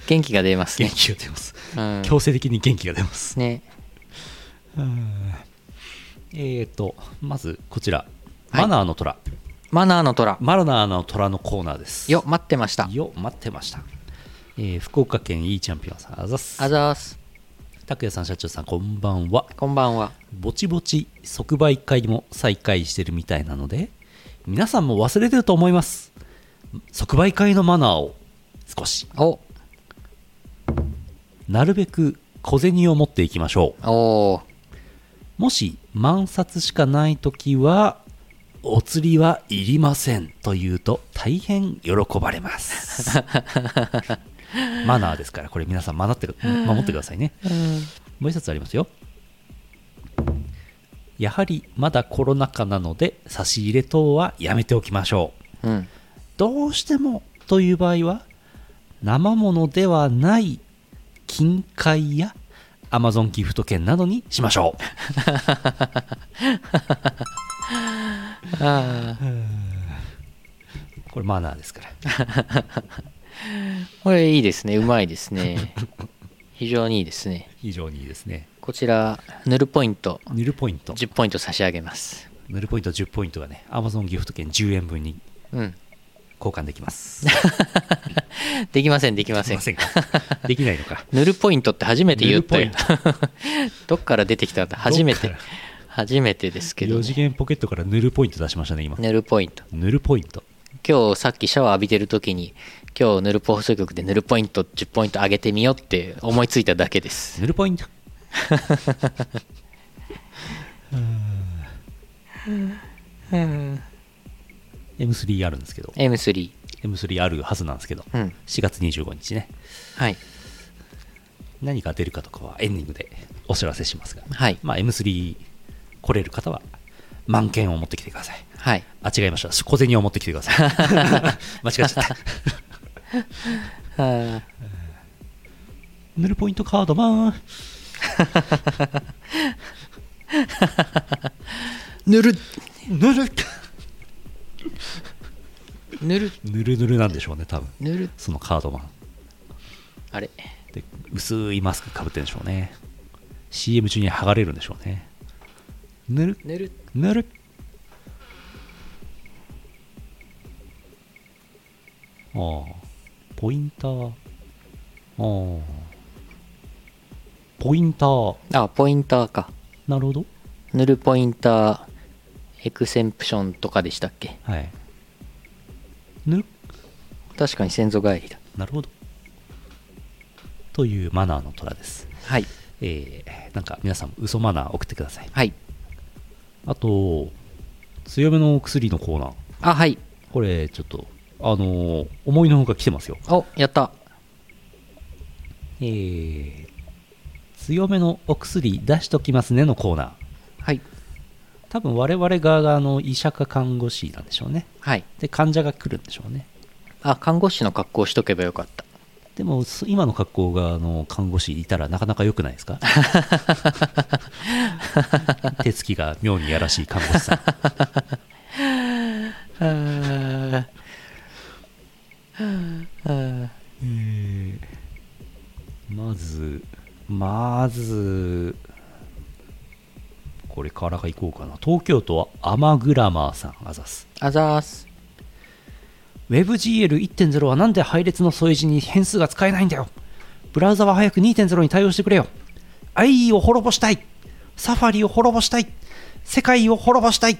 S1: 元気が出ます
S2: 元
S1: ね
S2: 気が出ます、
S1: うん
S2: 強制的に元気が出ます
S1: ね
S2: えーとまずこちら
S1: はい
S2: マナーの虎、
S1: マナーの虎
S2: マナーの虎のコーナーです
S1: よ待ってました
S2: よ待ってました、えー福岡県いいチャンピオンさんあざっす
S1: あざーす
S2: 拓也さん社長さんこんばんは
S1: こんばんは
S2: ぼちぼち即売会も再開してるみたいなので皆さんも忘れてると思います即売会のマナーを少し
S1: お
S2: なるべく小銭を持っていきましょう
S1: おー
S2: もし万札しかない時はお釣りはいりませんと言うと大変喜ばれますマナーですからこれ皆さん守ってく守ってくださいねもう一つありますよやはりまだコロナ禍なので差し入れ等はやめておきましょう
S1: うん
S2: どうしてもという場合は生ものではない金塊や Amazon ギフト券などにしましょう
S1: ああ
S2: これマナーですから
S1: これいいですねうまいですね非常にいいですね
S2: 非常にいいですね
S1: こちら塗るポイント
S2: ヌルポイント
S1: 10ポイント差し上げます
S2: ヌルポイント10ポイントがね Amazon ギフト券10円分に
S1: うん
S2: 交換できます
S1: できませんできますせ
S2: い
S1: ん
S2: ませんかできないのか
S1: 塗るポイントって初めて言ったよ
S2: 塗
S1: どっから出てきたんだ初め
S2: ど
S1: て
S2: っから
S1: 初めてですけど、
S2: 4次
S1: ね、
S2: 元ポケットからヌルポイント出しましたね今
S1: 塗るポイント
S2: ヌルポイント
S1: 今日さっきシャワー浴びてる時に今日ヌルポ放送局でヌルポイント10ポイント上げてみようって思いついただけです
S2: ヌルポイン ト M3 あるんですけど
S1: M3
S2: M3 あるはずなんですけど
S1: うん
S2: 4月25日ね
S1: はい
S2: 何が出るかとかはエンディングでお知らせしますが、
S1: はい
S2: まあ、M3 来れる方は満券を持ってきてください
S1: はい
S2: あ違いました小銭を持ってきてくださ い間違えちゃった
S1: は
S2: ヌルポイントカードマン
S1: ぬる
S2: ぬる
S1: ぬる
S2: ぬるぬるなんでしょうね多分
S1: ぬる
S2: そのカードマン
S1: あれ
S2: で薄いマスクかぶってるんでしょうね CM 中に剥がれるんでしょうねぬる
S1: ぬる
S2: ぬるああポインターああポインター
S1: あポインターか
S2: なるほど
S1: ぬるポインターエクセンプションとかでしたっけ
S2: はいぬる
S1: 確かに先祖返りだ
S2: なるほどというマナーの虎です
S1: はい
S2: えー、なんか皆さんも嘘マナー送ってください
S1: はい
S2: あと強めのお薬のコーナー
S1: あはい
S2: これちょっとあのー思いのほか来てますよ
S1: おやった
S2: えー、強めのお薬出しときますねのコーナー
S1: はい
S2: 多分我々側があの医者か看護師なんでしょうね
S1: はい
S2: で患者が来るんでしょうね
S1: あ看護師の格好をしとけばよかった
S2: でもす今の格好があの看護師いたらなかなか良くないです か手つきが妙にやらしい看護師さん
S1: ああ
S2: まずまずこれからがいこうかな東京都はアマグラマーさんあざす
S1: あざーす
S2: WebGL1.0 はなんで配列の添え字に変数が使えないんだよブラウザは早く2.0に対応してくれよ IE を滅ぼしたいサファリを滅ぼしたい世界を滅ぼしたい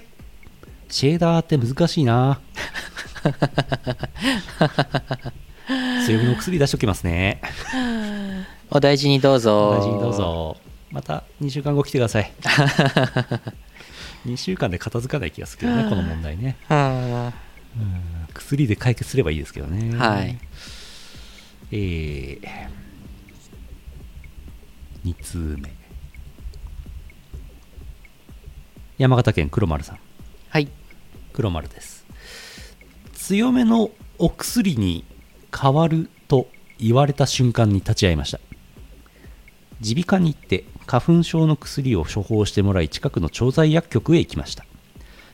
S2: シェーダーって難しいな 強めの薬出しときますね
S1: お大事にどうぞ
S2: 同じにどうぞまた2週間後来てください2週間で片付かない気がするけどねこの問題ね
S1: は
S2: 薬で解決すればいいですけどね
S1: あはい
S2: えー、2通目山形県黒丸さん
S1: はい
S2: 黒丸です強めのお薬に変わると言われた瞬間に立ち会いました耳鼻科に行って花粉症の薬を処方してもらい近くの調剤薬局へ行きました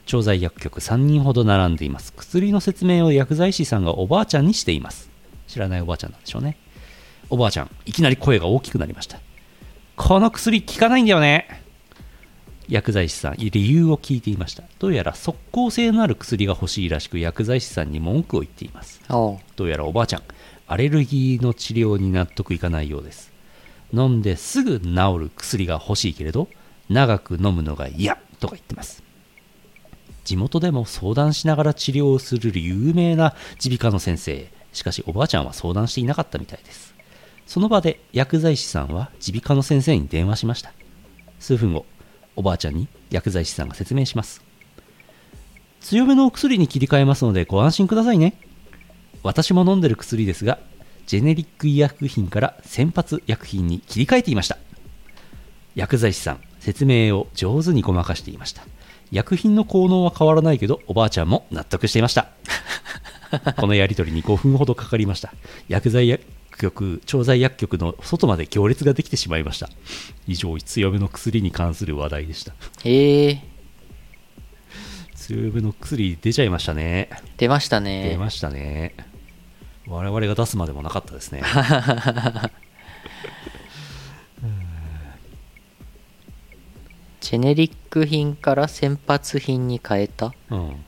S2: 調剤薬局3人ほど並んでいます薬の説明を薬剤師さんがおばあちゃんにしています知らないおばあちゃんなんでしょうねおばあちゃんいきなり声が大きくなりましたこの薬効かないんだよね薬剤師さん理由を聞いていましたどうやら即効性のある薬が欲しいらしく薬剤師さんに文句を言っています
S1: おう
S2: どうやらおばあちゃんアレルギーの治療に納得いかないようです飲んですぐ治る薬が欲しいけれど長く飲むのが嫌とか言ってます地元でも相談しながら治療をする有名な耳鼻科の先生しかしおばあちゃんは相談していなかったみたいですその場で薬剤師さんは耳鼻科の先生に電話しました数分後おばあちゃんに薬剤師さんが説明します強めのお薬に切り替えますのでご安心くださいね私も飲んでる薬ですがジェネリック医薬品から先発薬品に切り替えていました薬剤師さん説明を上手にごまかしていました薬品の効能は変わらないけどおばあちゃんも納得していました このやり取りに5分ほどかかりました薬剤薬局調剤薬局の外まで行列ができてしまいました以上強めの薬に関する話題でした
S1: へえ
S2: 強めの薬出ちゃいましたね
S1: 出ましたね
S2: 出ましたね我々が出すまでもなかったですね
S1: ジェネリック品から先発品に変えた
S2: うん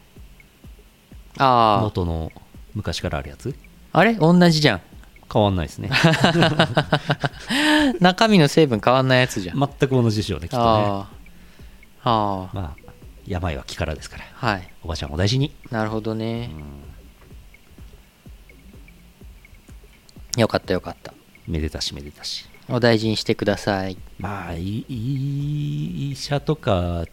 S1: あ
S2: 元の昔からあるやつ
S1: ああれ同じじゃん
S2: 変わんないです ね
S1: 中身の成分変わんないやつじゃん、
S2: 全く同じでしょうねきっとね
S1: ああああ
S2: まあ病は気からですから
S1: はい
S2: おばちゃんお大事に
S1: なるほどね、よかったよかった
S2: めでたしめでたし
S1: お大事にしてください
S2: まあいい医者とか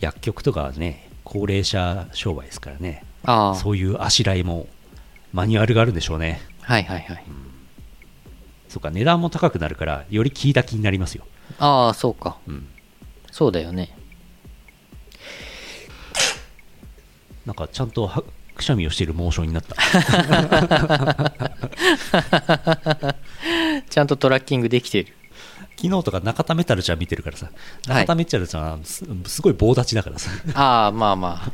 S2: 薬局とかはね高齢者商売ですからね
S1: ああ
S2: そういうあしらいもマニュアルがあるんでしょうね
S1: はいはいはい
S2: そうか値段も高くなるからより聞いた気になりますよ
S1: ああそうか
S2: うん、
S1: そうだよね
S2: なんかちゃんとはくしゃみをしているモーションになった
S1: ちゃんとトラッキングできてい る
S2: 昨日とか中田メタルちゃん見てるからさ
S1: はい
S2: 中田メタルちゃんはすすごい棒立ちだからさ
S1: ああまあまあ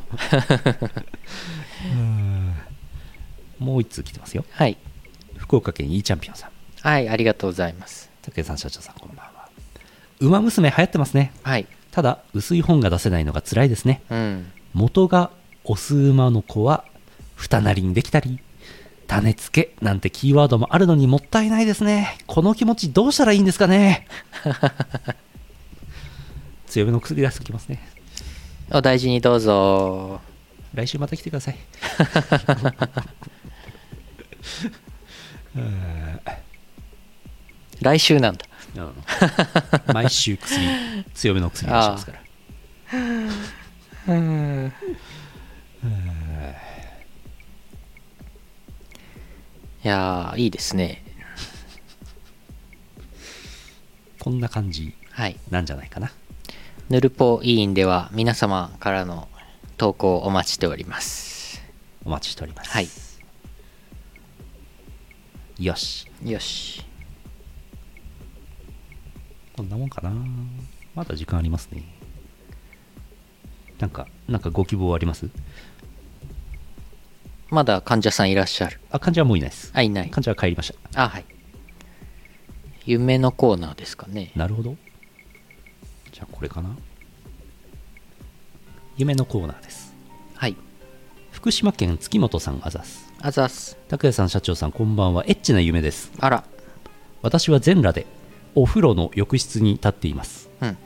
S2: もう一通来てますよ
S1: はい
S2: 福岡県 E チャンピオンさん
S1: はいありがとうございます
S2: 武井さん社長さんこんばんは馬娘流行ってますね
S1: はい
S2: ただ薄い本が出せないのが辛いですね
S1: うん
S2: 元がオス馬の子は二なりにできたり種付けなんてキーワードもあるのにもったいないですねこの気持ちどうしたらいいんです かね強めの薬出しておきますね
S1: お大事にどうぞ
S2: 来週また来てください
S1: 来週なんだ
S2: うん毎週薬強めの薬出しますから
S1: うんいやーいいですね
S2: こんな感じ
S1: はい
S2: なんじゃないかな
S1: ぬるぽ委員では皆様からの投稿をお待ちしております
S2: お待ちしております、
S1: はい
S2: よし
S1: よし
S2: こんなもんかなまだ時間ありますねなんかなんかご希望あります
S1: まだ患者さんいらっしゃる
S2: あ患者はもういないです
S1: あいない
S2: 患者は帰りました
S1: あはい夢のコーナーですかね
S2: なるほどじゃあこれかな夢のコーナーです
S1: はい
S2: 福島県月本さんあざす
S1: あざっす
S2: 拓也さん社長さんこんばんはエッチな夢です
S1: あら
S2: 私は全裸でお風呂の浴室に立っています
S1: うん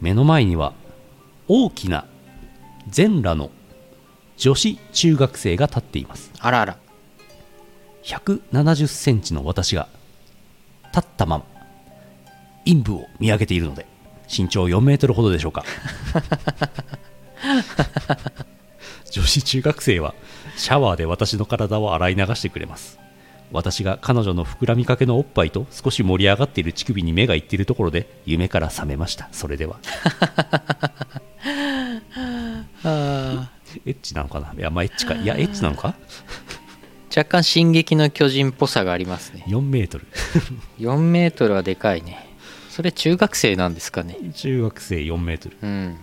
S2: 目の前には大きな全裸の女子中学生が立っています
S1: あらあら
S2: 1 7 0ンチの私が立ったまま陰部を見上げているので身長4メートルほどでしょう か女子中学生はシャワーで私の体を洗い流してくれます私が彼女の膨らみかけのおっぱいと少し盛り上がっている乳首に目がいっているところで夢から覚めましたそれではエッチなのかないやまあエッチかいやエッチなのか
S1: 若干「進撃の巨人」っぽさがありますね
S2: 4メートル
S1: 4メートルはでかいねそれ中学生なんですかね
S2: 中学生4メートル
S1: うん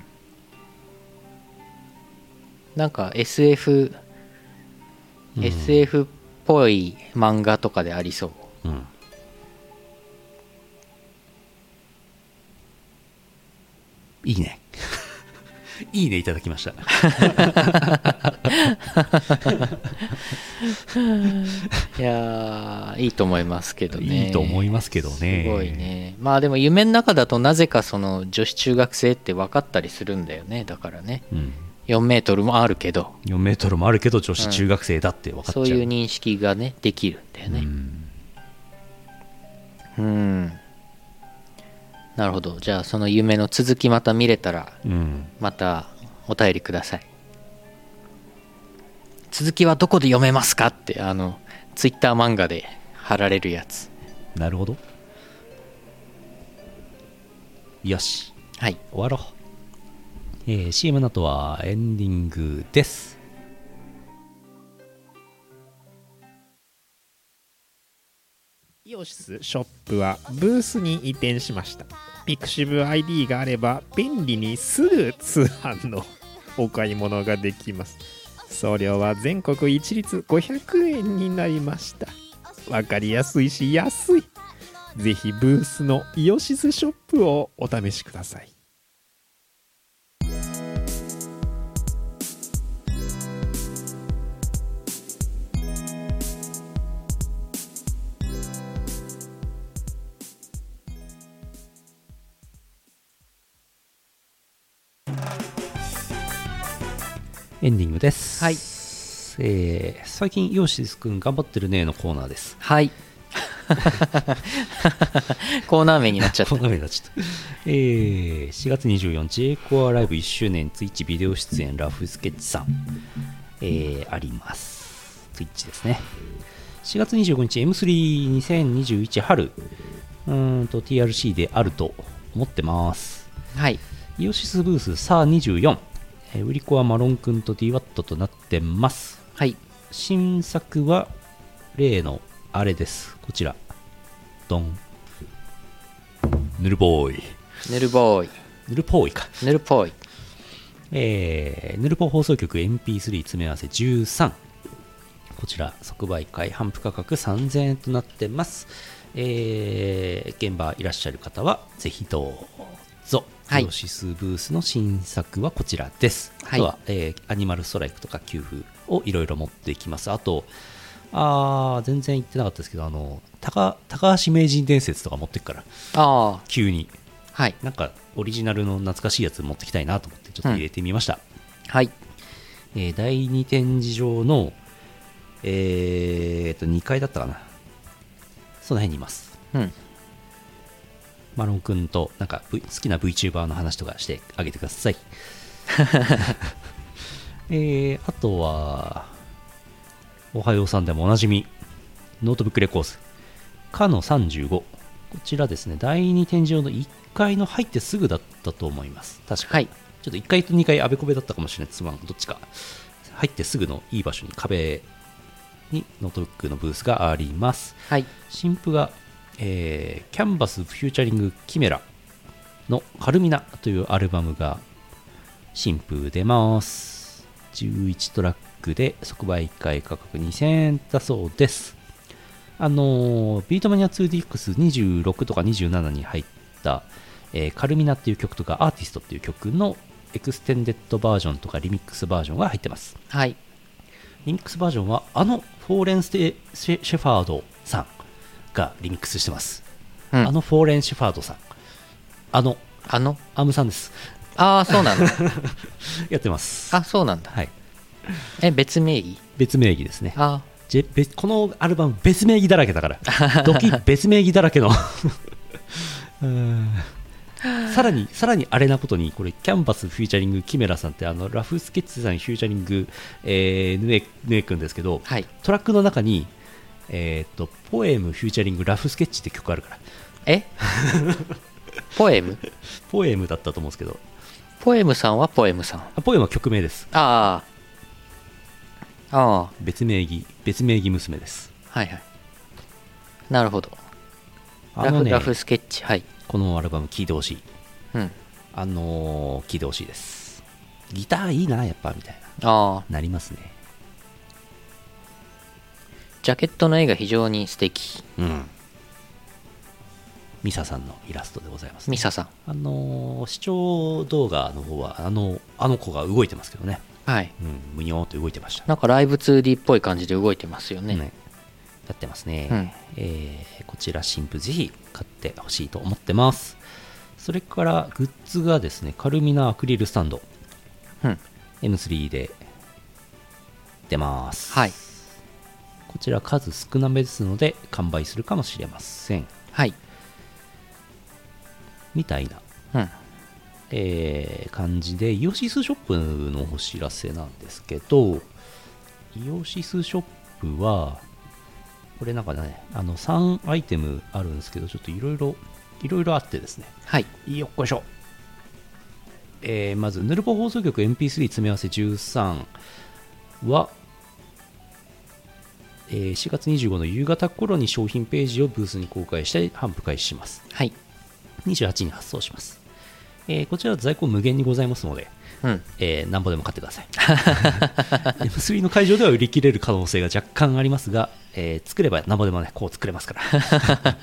S1: なんか SF、SF っぽい漫画とかでありそう
S2: うんいいね いいねいただきました
S1: いやーいいと思いますけどね
S2: いいと思いますけどね
S1: すごいねまあでも夢の中だとなぜかその女子中学生って分かったりするんだよねだからね
S2: うん、
S1: 4メートルもあるけど
S2: 4メートルもあるけど女子中学生だって分かっちゃう、
S1: そういう認識がねできるんだよねうんなるほどじゃあその夢の続きまた見れたら
S2: うん
S1: またお便りください続きはどこで読めますかってあのツイッター漫画で貼られるやつ
S2: なるほどよし
S1: はい
S2: 終わろう、えー CM の後はエンディングです
S7: イオシスショップはブースに移転しました。ピクシブ ID があれば便利にすぐ通販のお買い物ができます。送料は全国一律500円になりました。わかりやすいし安い。ぜひブースのイオシスショップをお試しください。
S2: エンディングです
S1: はい
S2: えー最近ヨシスくん頑張ってるねのコーナーです
S1: はい コーナー名になっちゃった
S2: こんな目になっちゃった。えー、4月24日、エコアライブ1周年、ツイッチビデオ出演、ラフスケッチさん、えーあります。ツイッチですね。4月25日、M32021 春、うーんと TRC であると持ってます
S1: はい
S2: イオシスブースサー24、えー売り子はマロンくんと DWAT となってます
S1: はい
S2: 新作は例のあれですこちらドンヌルボーイ
S1: ぬるぼーい
S2: ヌルポーイか
S1: ぬるぽい
S2: えー、ヌルポ放送局 MP3 詰め合わせ13こちら即売会販布価格3000円となってますえー、現場いらっしゃる方はぜひどうぞ
S1: はい
S2: イオシスブースの新作はこちらです、
S1: はい
S2: あとは、えーアニマルストライクとか給付をいろいろ持っていきますあとあー全然言ってなかったですけどあの高高橋名人伝説とか持ってくから
S1: ああ
S2: 急に
S1: はい
S2: なんかオリジナルの懐かしいやつ持ってきたいなと思ってちょっと入れてみました、
S1: はい
S2: えー第2展示場の、えー、と2階だったかなその辺にいます
S1: うん
S2: マロン君となんか、V- 好きな VTuber の話とかしてあげてくださいえー、あとはおはようさんでもおなじみノートブックレコーズかの35こちらですね第2展示場の1階の入ってすぐだったと思います確か
S1: はい
S2: ちょっと1階と2階、あべこべだったかもしれないです。まあ、どっちか。入ってすぐのいい場所に壁にノートブックのブースがあります。
S1: はい
S2: 新譜が、えーキャンバスフューチャリングキメラのカルミナというアルバムが新譜出ます。11トラックで即売会価格2000円だそうです。あのービートマニア 2DX26 とか27に入った、えーカルミナっていう曲とかアーティストっていう曲のエクステンデッドバージョンとかリミックスバージョンが入ってます。
S1: はい
S2: リミックスバージョンはあのフォーレンステ・シェシェファードさんがリミックスしてます、
S1: うん
S2: あのフォーレン・シェファードさんあの
S1: あの
S2: アムさんです
S1: ああそうなん だ
S2: やってます
S1: あそうなんだ
S2: はい
S1: え別名義
S2: 別名義ですね
S1: あ
S2: ジェ別このアルバム別名義だらけだから ドキ別名義だらけの うーんさらにさらにあれなことにこれキャンバスフューチャリングキメラさんってあのラフスケッチさんフューチャリング、えー、ヌエヌエ君ですけど、
S1: あはい
S2: トラックの中に、えー、とポエムフューチャリングラフスケッチって曲あるから
S1: えポエム
S2: ポエムだったと思うんですけど
S1: ポエムさんはポエムさん
S2: あポエムは曲名です
S1: ああああ
S2: 別名義別名義娘です
S1: はいはいなるほど
S2: あ
S1: ラ
S2: の
S1: フ
S2: ね
S1: ラフスケッチはい
S2: このアルバム聴いてほしい
S1: うん
S2: あのー聴いてほしいですギターいいなやっぱみたい
S1: ああ
S2: ななりますね
S1: ジャケットの絵が非常に素敵
S2: うんミサさんのイラストでございます、
S1: ミサさ
S2: あのー視聴動画の方はあのあの子が動いてますけどね
S1: んはい
S2: うんむにょーっと動いてました
S1: なんかライブ 2D っぽい感じで動いてますよね
S2: ねやってますね、
S1: うん
S2: えーこちら新婦ぜひ買ってほしいと思ってますそれからグッズがですねカルミナアクリルスタンド
S1: うん
S2: M3 で出ます、
S1: はい
S2: こちら数少なめですので完売するかもしれません
S1: はい
S2: みたいな、
S1: うん
S2: えー感じでイオシスショップのお知らせなんですけどイオシスショップはこれなんかねあの3アイテムあるんですけどちょっといろいろいろいろあってですね
S1: はい
S2: よっこいしょ、えーまずヌルポ放送局 MP3 詰め合わせ13は、えー4月25の夕方頃に商品ページをブースに公開して販布開始します
S1: はい
S2: 28に発送します、えーこちらは在庫無限にございますので、
S1: うん
S2: えー、何ぼでも買ってくださ い M3 の会場では売り切れる可能性が若干ありますが、えー作れば何ぼでもねこう作れますから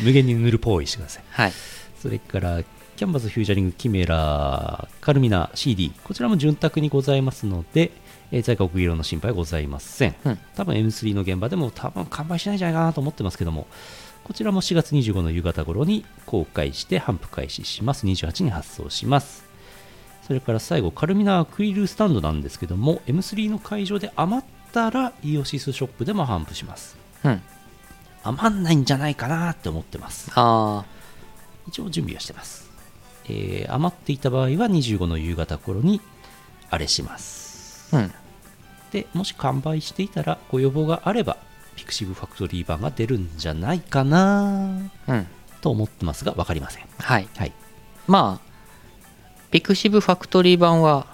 S2: 無限に塗るポーイしてください
S1: はい
S2: それからキャンバスフューチャリングキメラカルミナ CD こちらも潤沢にございますので、えー在庫色の心配はございません、
S1: うん
S2: 多分 M3 の現場でも多分完売しないんじゃないかなと思ってますけどもこちらも4月25の夕方頃に公開して販布開始します28に発送しますそれから最後カルミナアクリルスタンドなんですけども M3 の会場で余ったらイオシスショップでも販布します
S1: うん
S2: 余んないんじゃないかなって思ってます
S1: あ
S2: 一応準備はしてます、えー余っていた場合は25の夕方頃にあれします
S1: あうん
S2: でもし完売していたらご要望があればピクシブファクトリー版が出るんじゃないかな
S1: うん
S2: と思ってますが分かりません
S1: はい
S2: はい
S1: まあピクシブファクトリー版は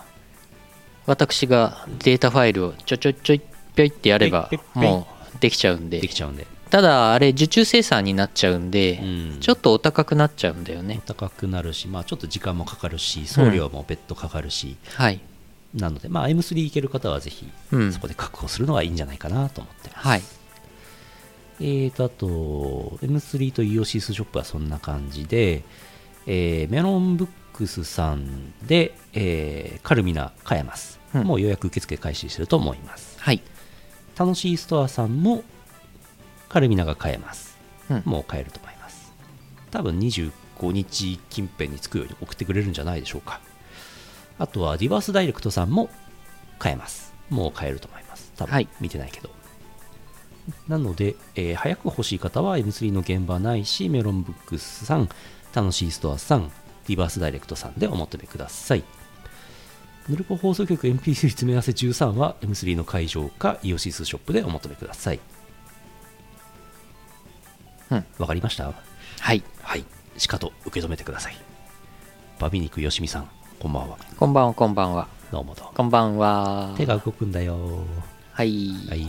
S1: 私がデータファイルをちょちょちょいぴょいってやれば
S2: ぴょいぴょいぴょい
S1: もうできちゃうん
S2: で
S1: で
S2: きちゃうんで、
S1: ただあれ受注生産になっちゃうんで、
S2: うん
S1: ちょっとお高くなっちゃうんだよね
S2: 高くなるし、まあ、ちょっと時間もかかるし送料も別途かかるし、
S1: はい
S2: なので、まあ、M3 行ける方はぜひ
S1: うん
S2: そこで確保するのはいいんじゃないかなと思ってます、
S1: はい
S2: えーとあと M3 とイオシスショップはそんな感じで、えーメロンブックスさんで、えーカルミナ買えます、
S1: うん
S2: もう予約受付開始してると思います
S1: はい
S2: 楽しいストアさんもカルミナが買えます、
S1: うん
S2: もう買えると思います多分25日近辺に着くように送ってくれるんじゃないでしょうかあとはディバースダイレクトさんも買えますもう買えると思います多
S1: は
S2: 分
S1: い
S2: 見てないけど、なので、えー早く欲しい方は M3 の現場ないしメロンブックスさん楽しいストアさんディバースダイレクトさんでお求めくださいヌルポ放送局 MP3 詰め合わせ13は M3 の会場かイオシスショップでお求めください。
S1: うん
S2: わかりました
S1: はい
S2: はい。しかと受け止めてください。バビ肉よしみさん、こんばんは。
S1: こんばんはこんばんは
S2: どうもどうも。
S1: こんばんは
S2: 手が動くんだよ。
S1: はい、
S2: はい。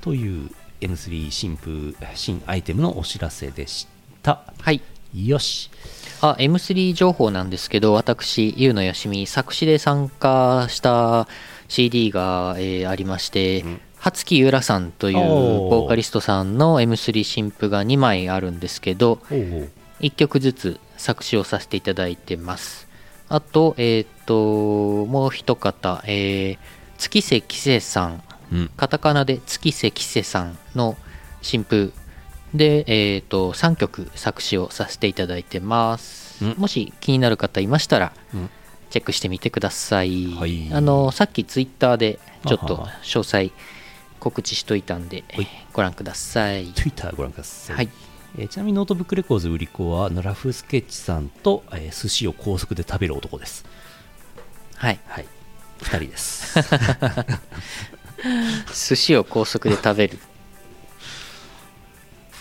S2: という M3 新風、新アイテムのお知らせでした。
S1: はい、
S2: よし。
S1: あ M3 情報なんですけど私ゆうのよしみ作詞で参加した CD が、えーありまして、はつきゆらさんという
S2: おー
S1: ボーカリストさんの M3 新譜が2枚あるんですけど
S2: おう
S1: 1曲ずつ作詞をさせていただいてますあとえっ、ともう一方、えー月瀬紀瀬さん
S2: おう。うん。
S1: カタカナで月瀬紀瀬さんの新譜で、えー、と3曲作詞をさせていただいてます、
S2: うん
S1: もし気になる方いましたら、
S2: うん
S1: チェックしてみてください、
S2: はい
S1: あのさっきツイッターでちょっ
S2: あは
S1: と
S2: は
S1: 詳細告知しといたんで
S2: はい
S1: ご覧ください
S2: Twitter ご覧ください。
S1: はい
S2: えーちなみにノートブックレコーズ売り子はラフスケッチさんと、えー寿司を高速で食べる男です
S1: はい
S2: はい2人です
S1: 寿司を高速で食べ る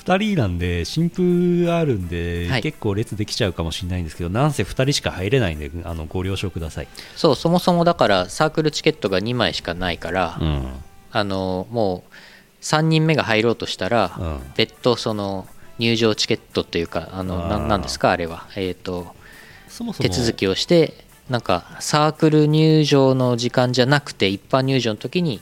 S2: 2人なんで新風あるんで、
S1: はい
S2: 結構列できちゃうかもしれないんですけどなんせ2人しか入れないんであのご了承ください、
S1: そうそもそもだからサークルチケットが2枚しかないから、
S2: うん
S1: あのもう3人目が入ろうとしたら、
S2: うん
S1: 別途その入場チケットというかあのな
S2: あー
S1: なんですかあれは、えー、と
S2: そもそ
S1: 手
S2: も
S1: 続きをしてなんかサークル入場の時間じゃなくて一般入場の時に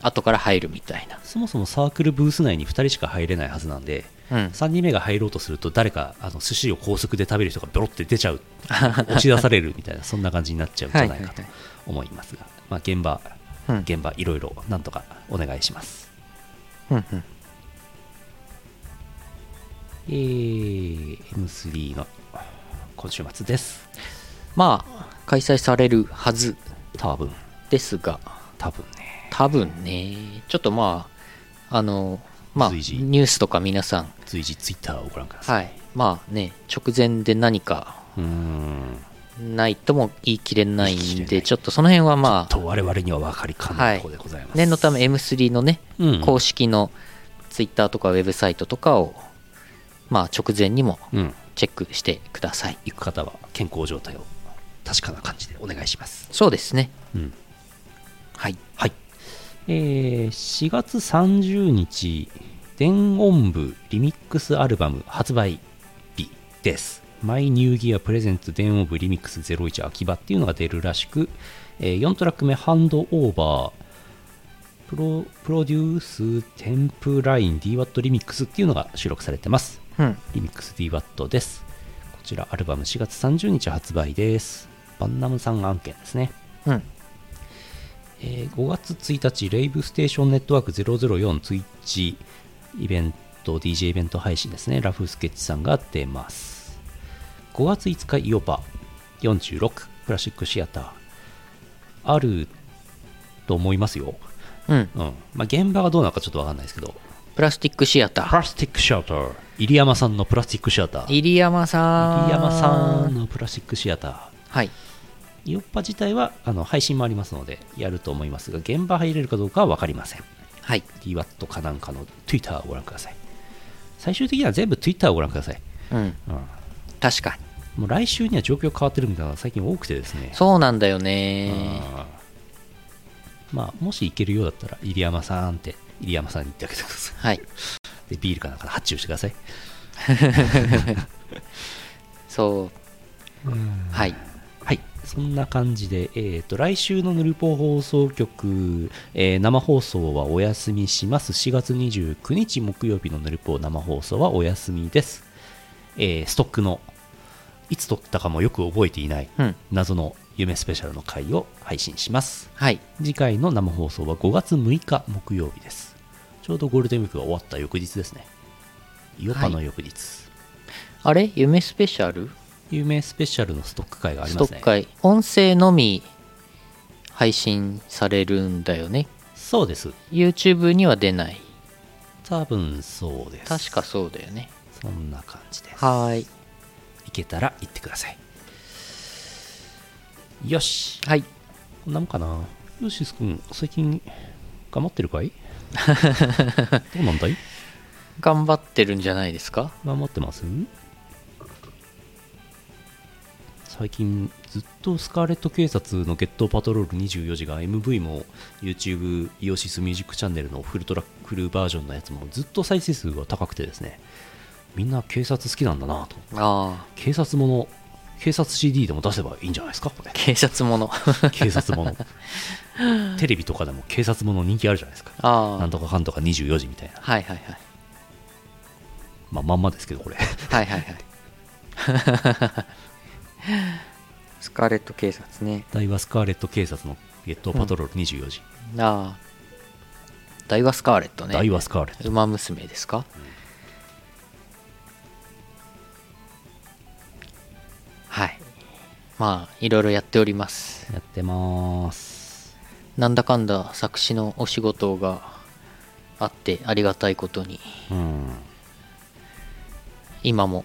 S1: 後から入るみたいな、
S2: そもそもサークルブース内に2人しか入れないはずなんで
S1: うん、
S2: 3人目が入ろうとすると誰かあの寿司を高速で食べる人がベロって 出ちゃう押し出されるみたいなそんな感じになっちゃうんじゃないか
S1: はいは
S2: と
S1: い
S2: 思いますが、まあ、現場、
S1: うん
S2: 現場いろいろなんとかお願いします
S1: うんうん
S2: えー、M3 の今週末です
S1: まあ開催されるはず
S2: 多分
S1: ですが
S2: 多分ね
S1: 多分ねちょっとまああのまあニ
S2: 随時
S1: ュースとか皆さん
S2: 随時ツイッターをご覧ください、
S1: はいまあね直前で何か
S2: うーん
S1: ないとも言い切れない
S2: 言い切
S1: ん
S2: れな
S1: で
S2: い
S1: ちょっとその辺はまあ
S2: と我々には分かりかねないところでございます、
S1: 念のため M3 のね
S2: うん
S1: 公式のツイッターとかウェブサイトとかを、まあ、直前にも
S2: うん
S1: チェックしてください。
S2: 行く方は健康状態を確かな感じでお願いします
S1: そうですね。
S2: うん
S1: はい。
S2: はい、えー4月30日電音部リミックスアルバム発売日ですマイニューギアプレゼンツ電音部リミックス01秋葉っていうのが出るらしく、えー4トラック目ハンドオーバープロプロデューステンプライン DWAT リミックスっていうのが収録されてます
S1: うん。
S2: リミックス DWAT ですこちらアルバム4月30日発売ですバンナムさん案件ですね
S1: うん。
S2: えー5月1日、レイブステーションネットワーク004ツイッチイベント、DJ イベント配信ですね、ラフスケッチさんが出ます。5月5日、イオパ46、クラシックシアター。あると思いますよ。
S1: うん。
S2: うん。まあ、現場がどうなのかちょっとわかんないですけど、
S1: プラスティックシアタ
S2: プ
S1: ー。
S2: ラスティックシアター。入山さんのプラスティックシアター。
S1: 入山さん。
S2: 入山さん。のプラスティックシアター。
S1: はい。
S2: イオッパ自体はあの配信もありますので、やると思いますが、現場入れるかどうかは分かりません。
S1: はい。
S2: DWAT かなんかの Twitter をご覧ください。最終的には全部 Twitter をご覧ください。
S1: うん、
S2: うん、
S1: 確かに
S2: もう来週には状況変わってるみたいなのが最近多くてですね
S1: そうなんだよね
S2: あーまあもし行けるようだったら入山さんって入山さんに言ってあげてくださ
S1: はい
S2: いでビールかなんか発注してください
S1: そうはい
S2: はいそんな感じで、えー、と来週のヌルポ放送局、えー生放送はお休みします4月29日木曜日のヌルポ生放送はお休みです、えーストックのいつ撮ったかもよく覚えていない
S1: うん
S2: 謎の夢スペシャルの回を配信します
S1: はい
S2: 次回の生放送は5月6日木曜日ですちょうどゴールデンウィークが終わった翌日ですねイオパの翌日、
S1: あれ夢スペシャル
S2: 夢スペシャルのストック会があり
S1: ス
S2: ま
S1: ト
S2: す
S1: ッ
S2: ね
S1: ク会音声のみ配信されるんだよね
S2: そうです
S1: YouTube には出ない
S2: 多分そうです
S1: 確かそうだよね
S2: そんな感じです
S1: はーい
S2: 行けたら行ってくださいよし
S1: はい
S2: こんなもんかなよしすくん最近頑張ってるか いどうなんだい
S1: 頑張ってるんじゃないですか
S2: 頑張ってます最近ずっとスカーレット警察の「ゲットパトロール24時」が MV も YouTube イオシスミュージックチャンネルのフルトラックフルバージョンのやつもずっと再生数が高くてですねみんな警察好きなんだなと
S1: ああ
S2: 警察もの警察 CD でも出せばいいんじゃないですか これ
S1: 警察もの
S2: 警察ものテレビとかでも警察もの人気あるじゃないですか
S1: あ
S2: なん
S1: あ
S2: とかかんとか24時みたいな、
S1: はいはいはい
S2: まあ、まんまですけど これ
S1: はいはいはいスカーレット警察ね
S2: 台湾スカーレット警察のゲットパトロール24時、
S1: ああダイワスカーレットね
S2: ダイワスカーレット
S1: ウマ娘ですか、はいまあいろいろやっております
S2: やってまーす
S1: なんだかんだ作詞のお仕事があってありがたいことに
S2: うん
S1: 今も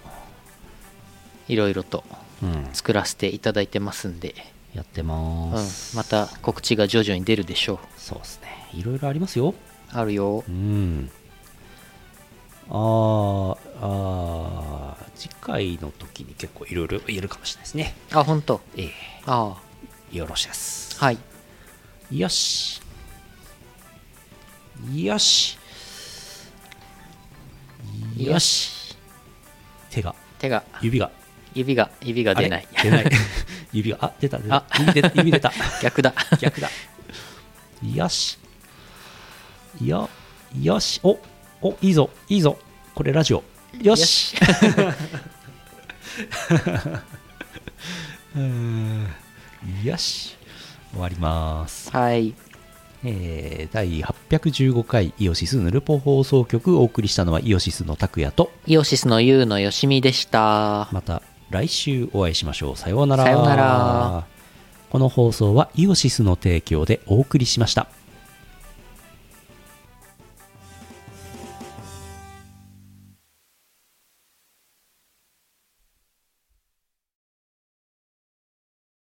S1: いろいろと
S2: うん
S1: 作らせていただいてますんで、
S2: やってま
S1: うん
S2: ーす、、
S1: また告知が徐々に出るでしょう
S2: そうですねいろいろありますよ
S1: あるよ
S2: うんあーあー次回の時に結構いろいろ言えるかもしれないですね
S1: あ本当
S2: ええ
S1: あ
S2: よろしいです
S1: あはい
S2: よしよしよし手が
S1: 手が
S2: 指が
S1: 指が指が出ない
S2: あれ出ない 指があ出た出た
S1: あ
S2: 指出た指出た
S1: 逆だ
S2: 逆だよしよよしおおいいぞいいぞこれラジオよしうーん よし終わりま す
S1: はい
S2: えー第815回イオシスヌルポ放送局お送りしたのはイオシスの拓也と
S1: イオシスの U のよしみでした。
S2: また来週お会いしましょうさようなら
S1: さようなら
S2: この放送はイオシスの提供でお送りしました